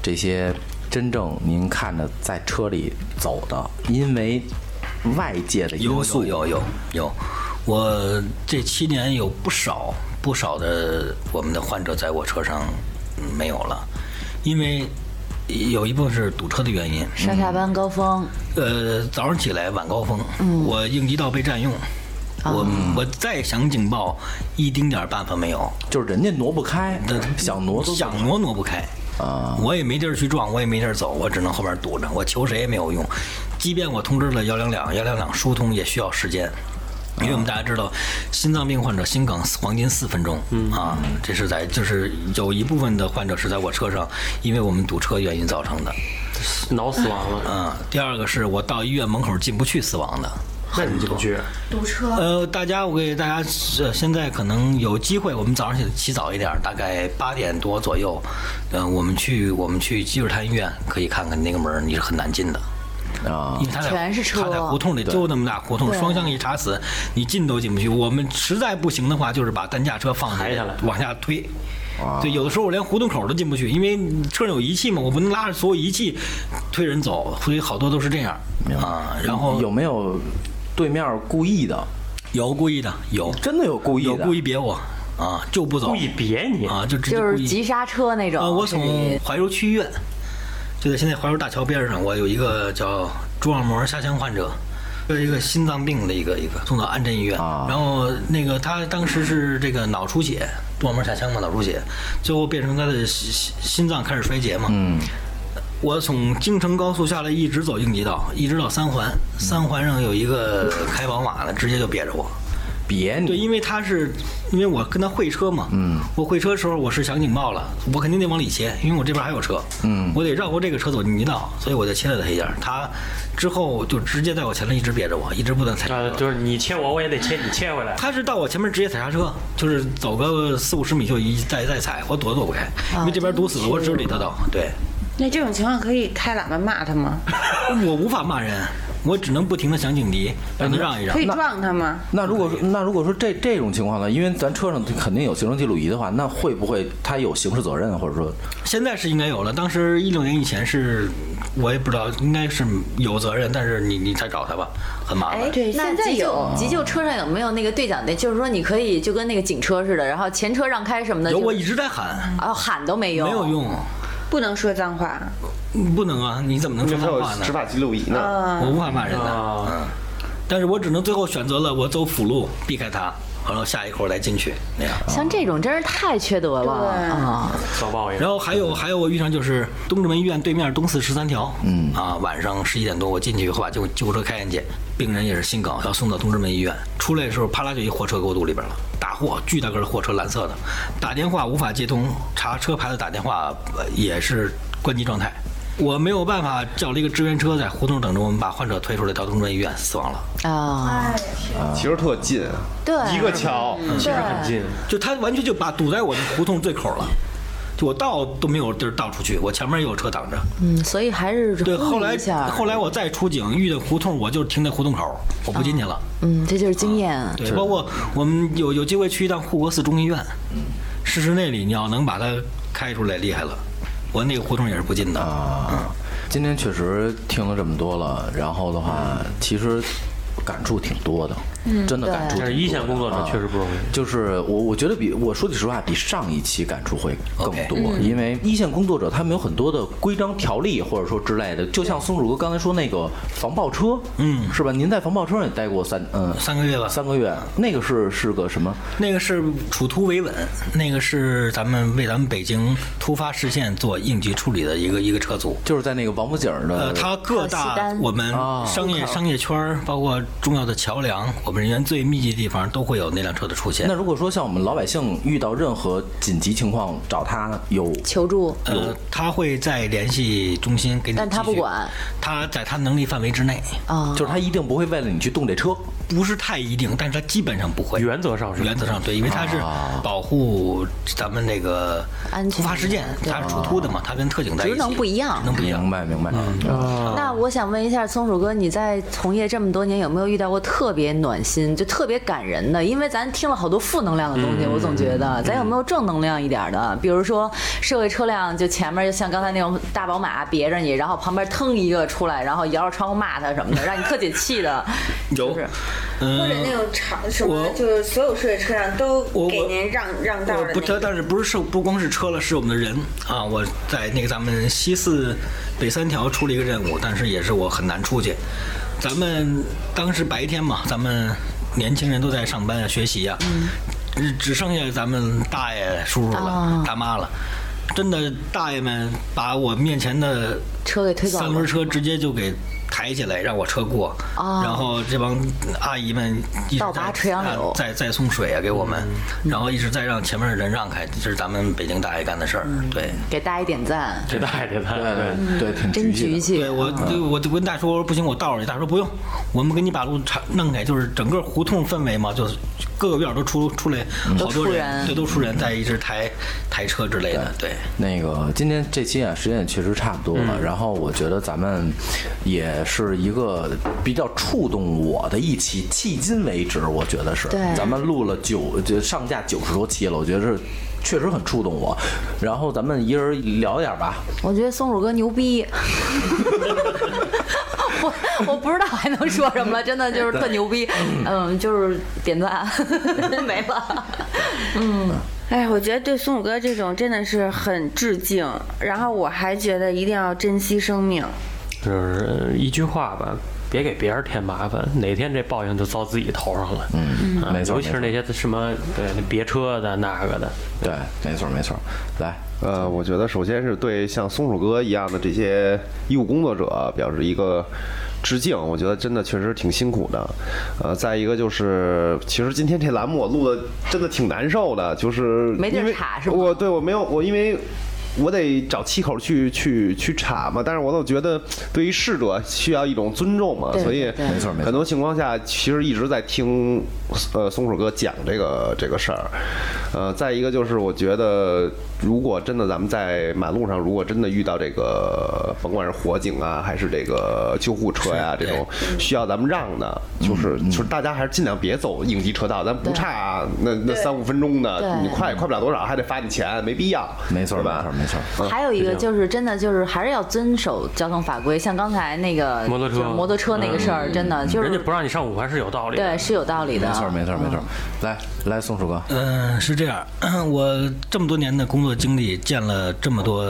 Speaker 1: 这些真正您看着在车里走的，因为外界的因
Speaker 5: 有
Speaker 1: 素
Speaker 5: 有有有有，我这七年有不少不少的我们的患者在我车上嗯没有了，因为有一部分是堵车的原因。
Speaker 7: 上下班高峰，
Speaker 5: 呃，早上起来晚高峰，我应急道被占用，我我再想警报，一丁点儿办法没有，
Speaker 1: 就是人家挪不开，想挪都
Speaker 5: 想挪挪不开。
Speaker 1: 啊，
Speaker 5: 我也没地儿去撞，我也没地儿走，我只能后边堵着，我求谁也没有用。即便我通知了幺零两，幺零两疏通也需要时间，因为我们大家知道，心脏病患者心梗黄金四分钟、
Speaker 1: 嗯
Speaker 5: 啊，这是在就是有一部分的患者是在我车上，因为我们堵车原因造成的。
Speaker 2: 脑死亡 了，
Speaker 5: 嗯，第二个是我到医院门口进不去死亡的。
Speaker 2: 那你就去，
Speaker 6: 堵车，
Speaker 5: 呃，大家，我给大家，呃，现在可能有机会，我们早上起起早一点儿，大概八点多左右，呃，我们去我们去积水潭医院可以看看那个门儿，你是很难进的。
Speaker 1: 啊，
Speaker 5: 因为他在
Speaker 7: 全是车
Speaker 5: 他在胡同里就那么大胡同，双向一查死，你进都进不去。我们实在不行的话，就是把担架车放
Speaker 2: 抬下
Speaker 5: 下
Speaker 2: 来
Speaker 5: 往下推。对，有的时候我连胡同口都进不去，因为车上有仪器嘛，我不能拉着所有仪器推人走，所以好多都是这样啊。然后
Speaker 1: 有没有对面故意的？
Speaker 5: 有故意的，有
Speaker 1: 真的有故意
Speaker 5: 有
Speaker 1: 的，
Speaker 5: 故意别我啊，就不走，
Speaker 2: 故意别你，
Speaker 5: 啊，就直接
Speaker 7: 就
Speaker 5: 故
Speaker 7: 是
Speaker 5: 意
Speaker 7: 急刹车那种。
Speaker 5: 啊，我
Speaker 7: 给你
Speaker 5: 从怀柔区医院，就在现在怀柔大桥边上，我有一个叫蛛网膜下腔患者，就是一个心脏病的一个一个送到安贞医院，
Speaker 1: 啊
Speaker 5: 然后那个他当时是这个脑出血，蛛网膜下腔嘛，脑出血，最后变成他的心心心脏开始衰竭嘛，嗯。我从京承高速下来，一直走应急道，一直到三环。三环上有一个开宝马的，直接就别着我。
Speaker 1: 别
Speaker 5: 对，
Speaker 1: 你
Speaker 5: 因为他是，因为我跟他会车嘛，嗯，我会车的时候我是响警报了，我肯定得往里切，因为我这边还有车，嗯，我得绕过这个车走进泥道，所以我就切了他一下，他之后就直接在我前面一直别着我，一直不能踩刹
Speaker 2: 啊，
Speaker 5: 车。
Speaker 2: 就是你切我，我也得切你，切回来。
Speaker 5: 他是到我前面直接踩刹车，就是走个四五十米就一再再踩，我躲都躲不开，因为这边堵死了，我只有里头道。对，
Speaker 6: 那这种情况可以开喇叭骂他吗？
Speaker 5: 我无法骂人，我只能不停的响警笛，让他让一让
Speaker 6: 可。以撞他吗？
Speaker 1: 那如果说那如果说这这种情况呢？因为咱车上肯定有行车记录仪的话，那会不会他有刑事责任，或者说
Speaker 5: 现在是应该有了，当时一六年以前是，我也不知道，应该是有责任，但是你你再找他吧，很麻烦。
Speaker 6: 对
Speaker 7: 那
Speaker 6: 现在
Speaker 7: 急救
Speaker 6: 有
Speaker 7: 急救车上有没有那个对讲的？就是说你可以就跟那个警车似的，然后前车让开什么的，
Speaker 5: 有
Speaker 7: 就
Speaker 5: 我一直在喊，
Speaker 7: 啊喊都没用，
Speaker 5: 没有用，
Speaker 6: 不能说脏话。
Speaker 5: 不能啊，你怎么能
Speaker 3: 因为
Speaker 5: 说
Speaker 3: 还有
Speaker 5: 脏话呢
Speaker 3: 执？法记录仪呢。
Speaker 5: 我无法骂人的，
Speaker 2: 啊，
Speaker 5: 但是我只能最后选择了我走辅路，避开他，然后下一口再进去那样。
Speaker 7: 像这种真是太缺德了
Speaker 6: 对
Speaker 7: 啊！
Speaker 2: 遭报应。
Speaker 5: 然后还有还有我遇上就是东直门医院对面东四十三条，嗯啊，晚上十一点多我进去以后把救救护车开进去，病人也是心梗，要送到东直门医院。出来的时候啪啦就一货车给我堵里边了，大货巨大个的货车蓝色的，打电话无法接通，查车牌的打电话呃也是关机状态。我没有办法叫了一个支援车，在胡同等着我们把患者推出来到东直门医院，死亡了。
Speaker 7: 啊，
Speaker 6: 嗯
Speaker 3: 其实特近，啊
Speaker 7: 对，
Speaker 3: 一个桥。
Speaker 2: 其实很近，
Speaker 5: 就他完全就把堵在我的胡同最口了，就我倒都没有地儿倒出去，我前面也有车挡着。
Speaker 7: 嗯，所以还是
Speaker 5: 对，
Speaker 7: 呼吁
Speaker 5: 后来
Speaker 7: 一下
Speaker 5: 后来我再出警遇到胡同，我就停在胡同口，我不进去了。
Speaker 7: 嗯，这就是经验。
Speaker 5: 对，包括我们有有机会去一趟护国寺中医院，事实那里你要能把它开出来，厉害了。我那个胡同也是不进的。
Speaker 1: 啊？今天确实听了这么多了，然后的话，其实感触挺多的，真的感触挺多的。
Speaker 2: 但是一线工作者
Speaker 1: 啊
Speaker 2: 确实不容易。
Speaker 1: 就是我，我觉得比我说句实话，比上一期感触会更
Speaker 5: OK 嗯
Speaker 1: 多因为一线工作者他们有很多的规章条例或者说之类的，就像松鼠哥刚才说那个防爆车，
Speaker 5: 嗯
Speaker 1: 是吧？您在防爆车上也待过三嗯
Speaker 5: 三个月吧，
Speaker 1: 三个月，那个是是个什么？
Speaker 5: 那个是处突维稳，那个是咱们为咱们北京突发事件做应急处理的一个一个车组。
Speaker 1: 就是在那个王府井的，
Speaker 5: 呃，它各大
Speaker 7: 西单
Speaker 5: 我们
Speaker 1: 啊
Speaker 5: 商业商业圈儿，包括重要的桥梁，我们人员最密集的地方都会有那辆车的出现
Speaker 1: 那。如果说像我们老百姓遇到任何紧急情况找他有
Speaker 7: 求助，
Speaker 5: 呃，他会再联系中心给你，
Speaker 7: 但他不管，
Speaker 5: 他在他能力范围之内，
Speaker 7: 啊，
Speaker 1: 就是他一定不会为了你去动这车，
Speaker 5: 不是太一定，但是他基本上不会。
Speaker 2: 原则上是啊
Speaker 5: 原则上对，因为他是保护咱们那个
Speaker 7: 安全
Speaker 5: 突发事件，他是出突的
Speaker 2: 啊
Speaker 5: 嘛，他跟特警在一起，
Speaker 7: 职能不一样
Speaker 5: 职能不一样。
Speaker 1: 明白明白。
Speaker 5: 嗯啊
Speaker 7: 那我想问一下松鼠哥，你在从业这么多年，有没有遇到过特别暖心、就特别感人的？因为咱听了好多负能量的东西，
Speaker 5: 嗯
Speaker 7: 我总觉得咱有没有正能量一点儿的？比如说社会车辆，就前面就像刚才那种大宝马别着你，然后旁边腾一个出来，然后摇着窗户骂他什么的，让你特解气的。
Speaker 5: 有
Speaker 7: 就是，
Speaker 6: 或者
Speaker 5: 嗯，
Speaker 6: 那种长什么
Speaker 5: 我，
Speaker 6: 就是所有涉事车辆都
Speaker 5: 我
Speaker 6: 给
Speaker 5: 我
Speaker 6: 您让让道
Speaker 5: 我
Speaker 6: 的
Speaker 5: 呃不
Speaker 6: 那
Speaker 5: 知道，
Speaker 6: 种。
Speaker 5: 但是不是不光是车了，是我们的人啊！我在那个咱们西四北三条出了一个任务，但是也是我很难出去。咱们当时白天嘛，咱们年轻人都在上班啊、学习啊，
Speaker 6: 嗯
Speaker 5: 只只剩下咱们大爷叔叔了、
Speaker 6: 哦
Speaker 7: 啊
Speaker 5: 大妈了。真的，大爷们把我面前的
Speaker 7: 车给推走了
Speaker 5: 三轮车直接就给抬起来，让我车过。
Speaker 7: 啊
Speaker 5: 然后这帮阿姨们一直
Speaker 7: 倒拔
Speaker 5: 在
Speaker 7: 垂杨柳
Speaker 5: 啊再再送水啊给我们，
Speaker 7: 嗯
Speaker 5: 然后一直在让前面的人让开，这是咱们北京大爷干的事儿。
Speaker 7: 嗯
Speaker 5: 对，
Speaker 7: 给大家一点赞，
Speaker 2: 这大这大，
Speaker 1: 对哎对对，挺
Speaker 7: 嗯
Speaker 1: 局
Speaker 7: 真
Speaker 1: 气
Speaker 7: 局
Speaker 1: 的。
Speaker 7: 气。
Speaker 5: 对我就
Speaker 7: 嗯
Speaker 5: 我就跟大叔说不行，我倒着去。大叔说不用，我们给你把路岔弄开，就是整个胡同氛围嘛，就是各个院儿都出出来
Speaker 7: 嗯都
Speaker 5: 好多
Speaker 7: 出
Speaker 5: 人，
Speaker 7: 人
Speaker 5: 对，都出人，在一直抬抬车之类的，对。
Speaker 1: 那个今天这期啊，时间也确实差不多了。
Speaker 3: 嗯
Speaker 1: 然后我觉得咱们也是一个比较触动我的一期，迄今为止我觉得是，
Speaker 7: 对
Speaker 1: 咱们录了九就上架九十多期了，我觉得是确实很触动我。然后咱们一人聊点吧，
Speaker 7: 我觉得松鼠哥牛 逼。我我不知道还能说什么了，真的就是特牛逼，嗯，就是 点赞没了。
Speaker 6: 哎，我觉得对松鼠哥这种真的是很致敬。然后我还觉得一定要珍惜生命。
Speaker 2: 就是呃一句话吧，别给别人添麻烦，哪天这报应就遭自己头上了。嗯，
Speaker 1: 没错
Speaker 2: 尤其是那些什么对那别车的那个的，
Speaker 1: 对，没错没错，来，
Speaker 3: 呃，我觉得首先是对像松鼠哥一样的这些医务工作者表示一个致敬，我觉得真的确实挺辛苦的。呃，再一个就是，其实今天这栏目我录的真的挺难受的，就是
Speaker 7: 没地儿
Speaker 3: 因为
Speaker 7: 查是吗
Speaker 3: 我对我没有我因为。我得找气口去去去查嘛，但是我总觉得对于逝者需要一种尊重嘛，
Speaker 7: 对
Speaker 3: 所以
Speaker 7: 对对
Speaker 1: 没错没错
Speaker 3: 很多情况下，其实一直在听呃松鼠哥讲这个这个事儿，呃，再一个就是我觉得如果真的咱们在马路上，如果真的遇到这个，甭管是火警啊，还是这个救护车呀、这种需要咱们让的，就是
Speaker 1: 嗯
Speaker 3: 就是大家还是尽量别走应急车道，咱不差啊那那三五分钟的，
Speaker 7: 对
Speaker 3: 你快也快不了多少，还得罚你钱，没必要，
Speaker 1: 没错
Speaker 3: 对
Speaker 1: 儿，没
Speaker 3: 吧
Speaker 1: 错儿，？没错儿。
Speaker 2: 嗯
Speaker 7: 还有一个就是真的就是还是要遵守交通法规，像刚才那个
Speaker 2: 摩托车嗯
Speaker 7: 就是摩托车那个事儿，真的就
Speaker 2: 人家
Speaker 7: 是
Speaker 2: 不让你上五环是有道理的。
Speaker 7: 对是有道理的，啊
Speaker 1: 没错儿，没错儿，没错儿。
Speaker 3: 啊
Speaker 1: 来来，松鼠哥，
Speaker 5: 嗯，是这样， 我这么多年的工作经历，见了这么多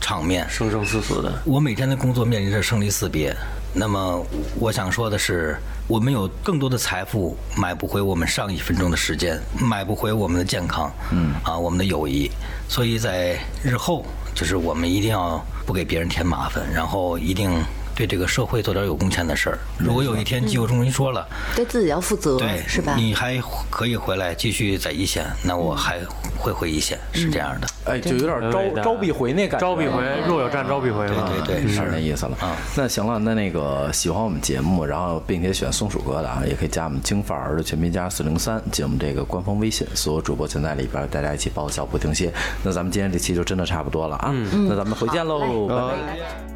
Speaker 5: 场面，
Speaker 2: 生生死死的，
Speaker 5: 我每天的工作面临着生离死别。那么我想说的是，我们有更多的财富买不回我们上一分钟的时间，买不回我们的健康，嗯啊，我们的友谊。所以在日后，就是我们一定要不给别人添麻烦，然后一定对这个社会做点有贡献的事儿。如果有一天机构中心说了，
Speaker 6: 嗯
Speaker 7: 对自己要负责
Speaker 5: 对，
Speaker 7: 是吧？
Speaker 5: 你还可以回来继续在一线，那我还会回一线，是这样的。
Speaker 1: 哎，就有点
Speaker 2: 伟
Speaker 1: 招
Speaker 2: 大
Speaker 1: 招必回那感觉，
Speaker 2: 招必回，
Speaker 7: 嗯
Speaker 2: 若有战招必回嘛。
Speaker 5: 对对
Speaker 1: 对，啊是啊那意思了。那行了，那那个喜欢我们节目，然后并且喜欢松鼠哥的啊，也可以加我们京范儿的全拼加四零三，进我们这个官方微信，所有主播全在里边，大家一嗯起爆笑不停歇。那咱们今天这期就真的差不多了啊，那咱们回见喽，拜拜。
Speaker 7: 拜拜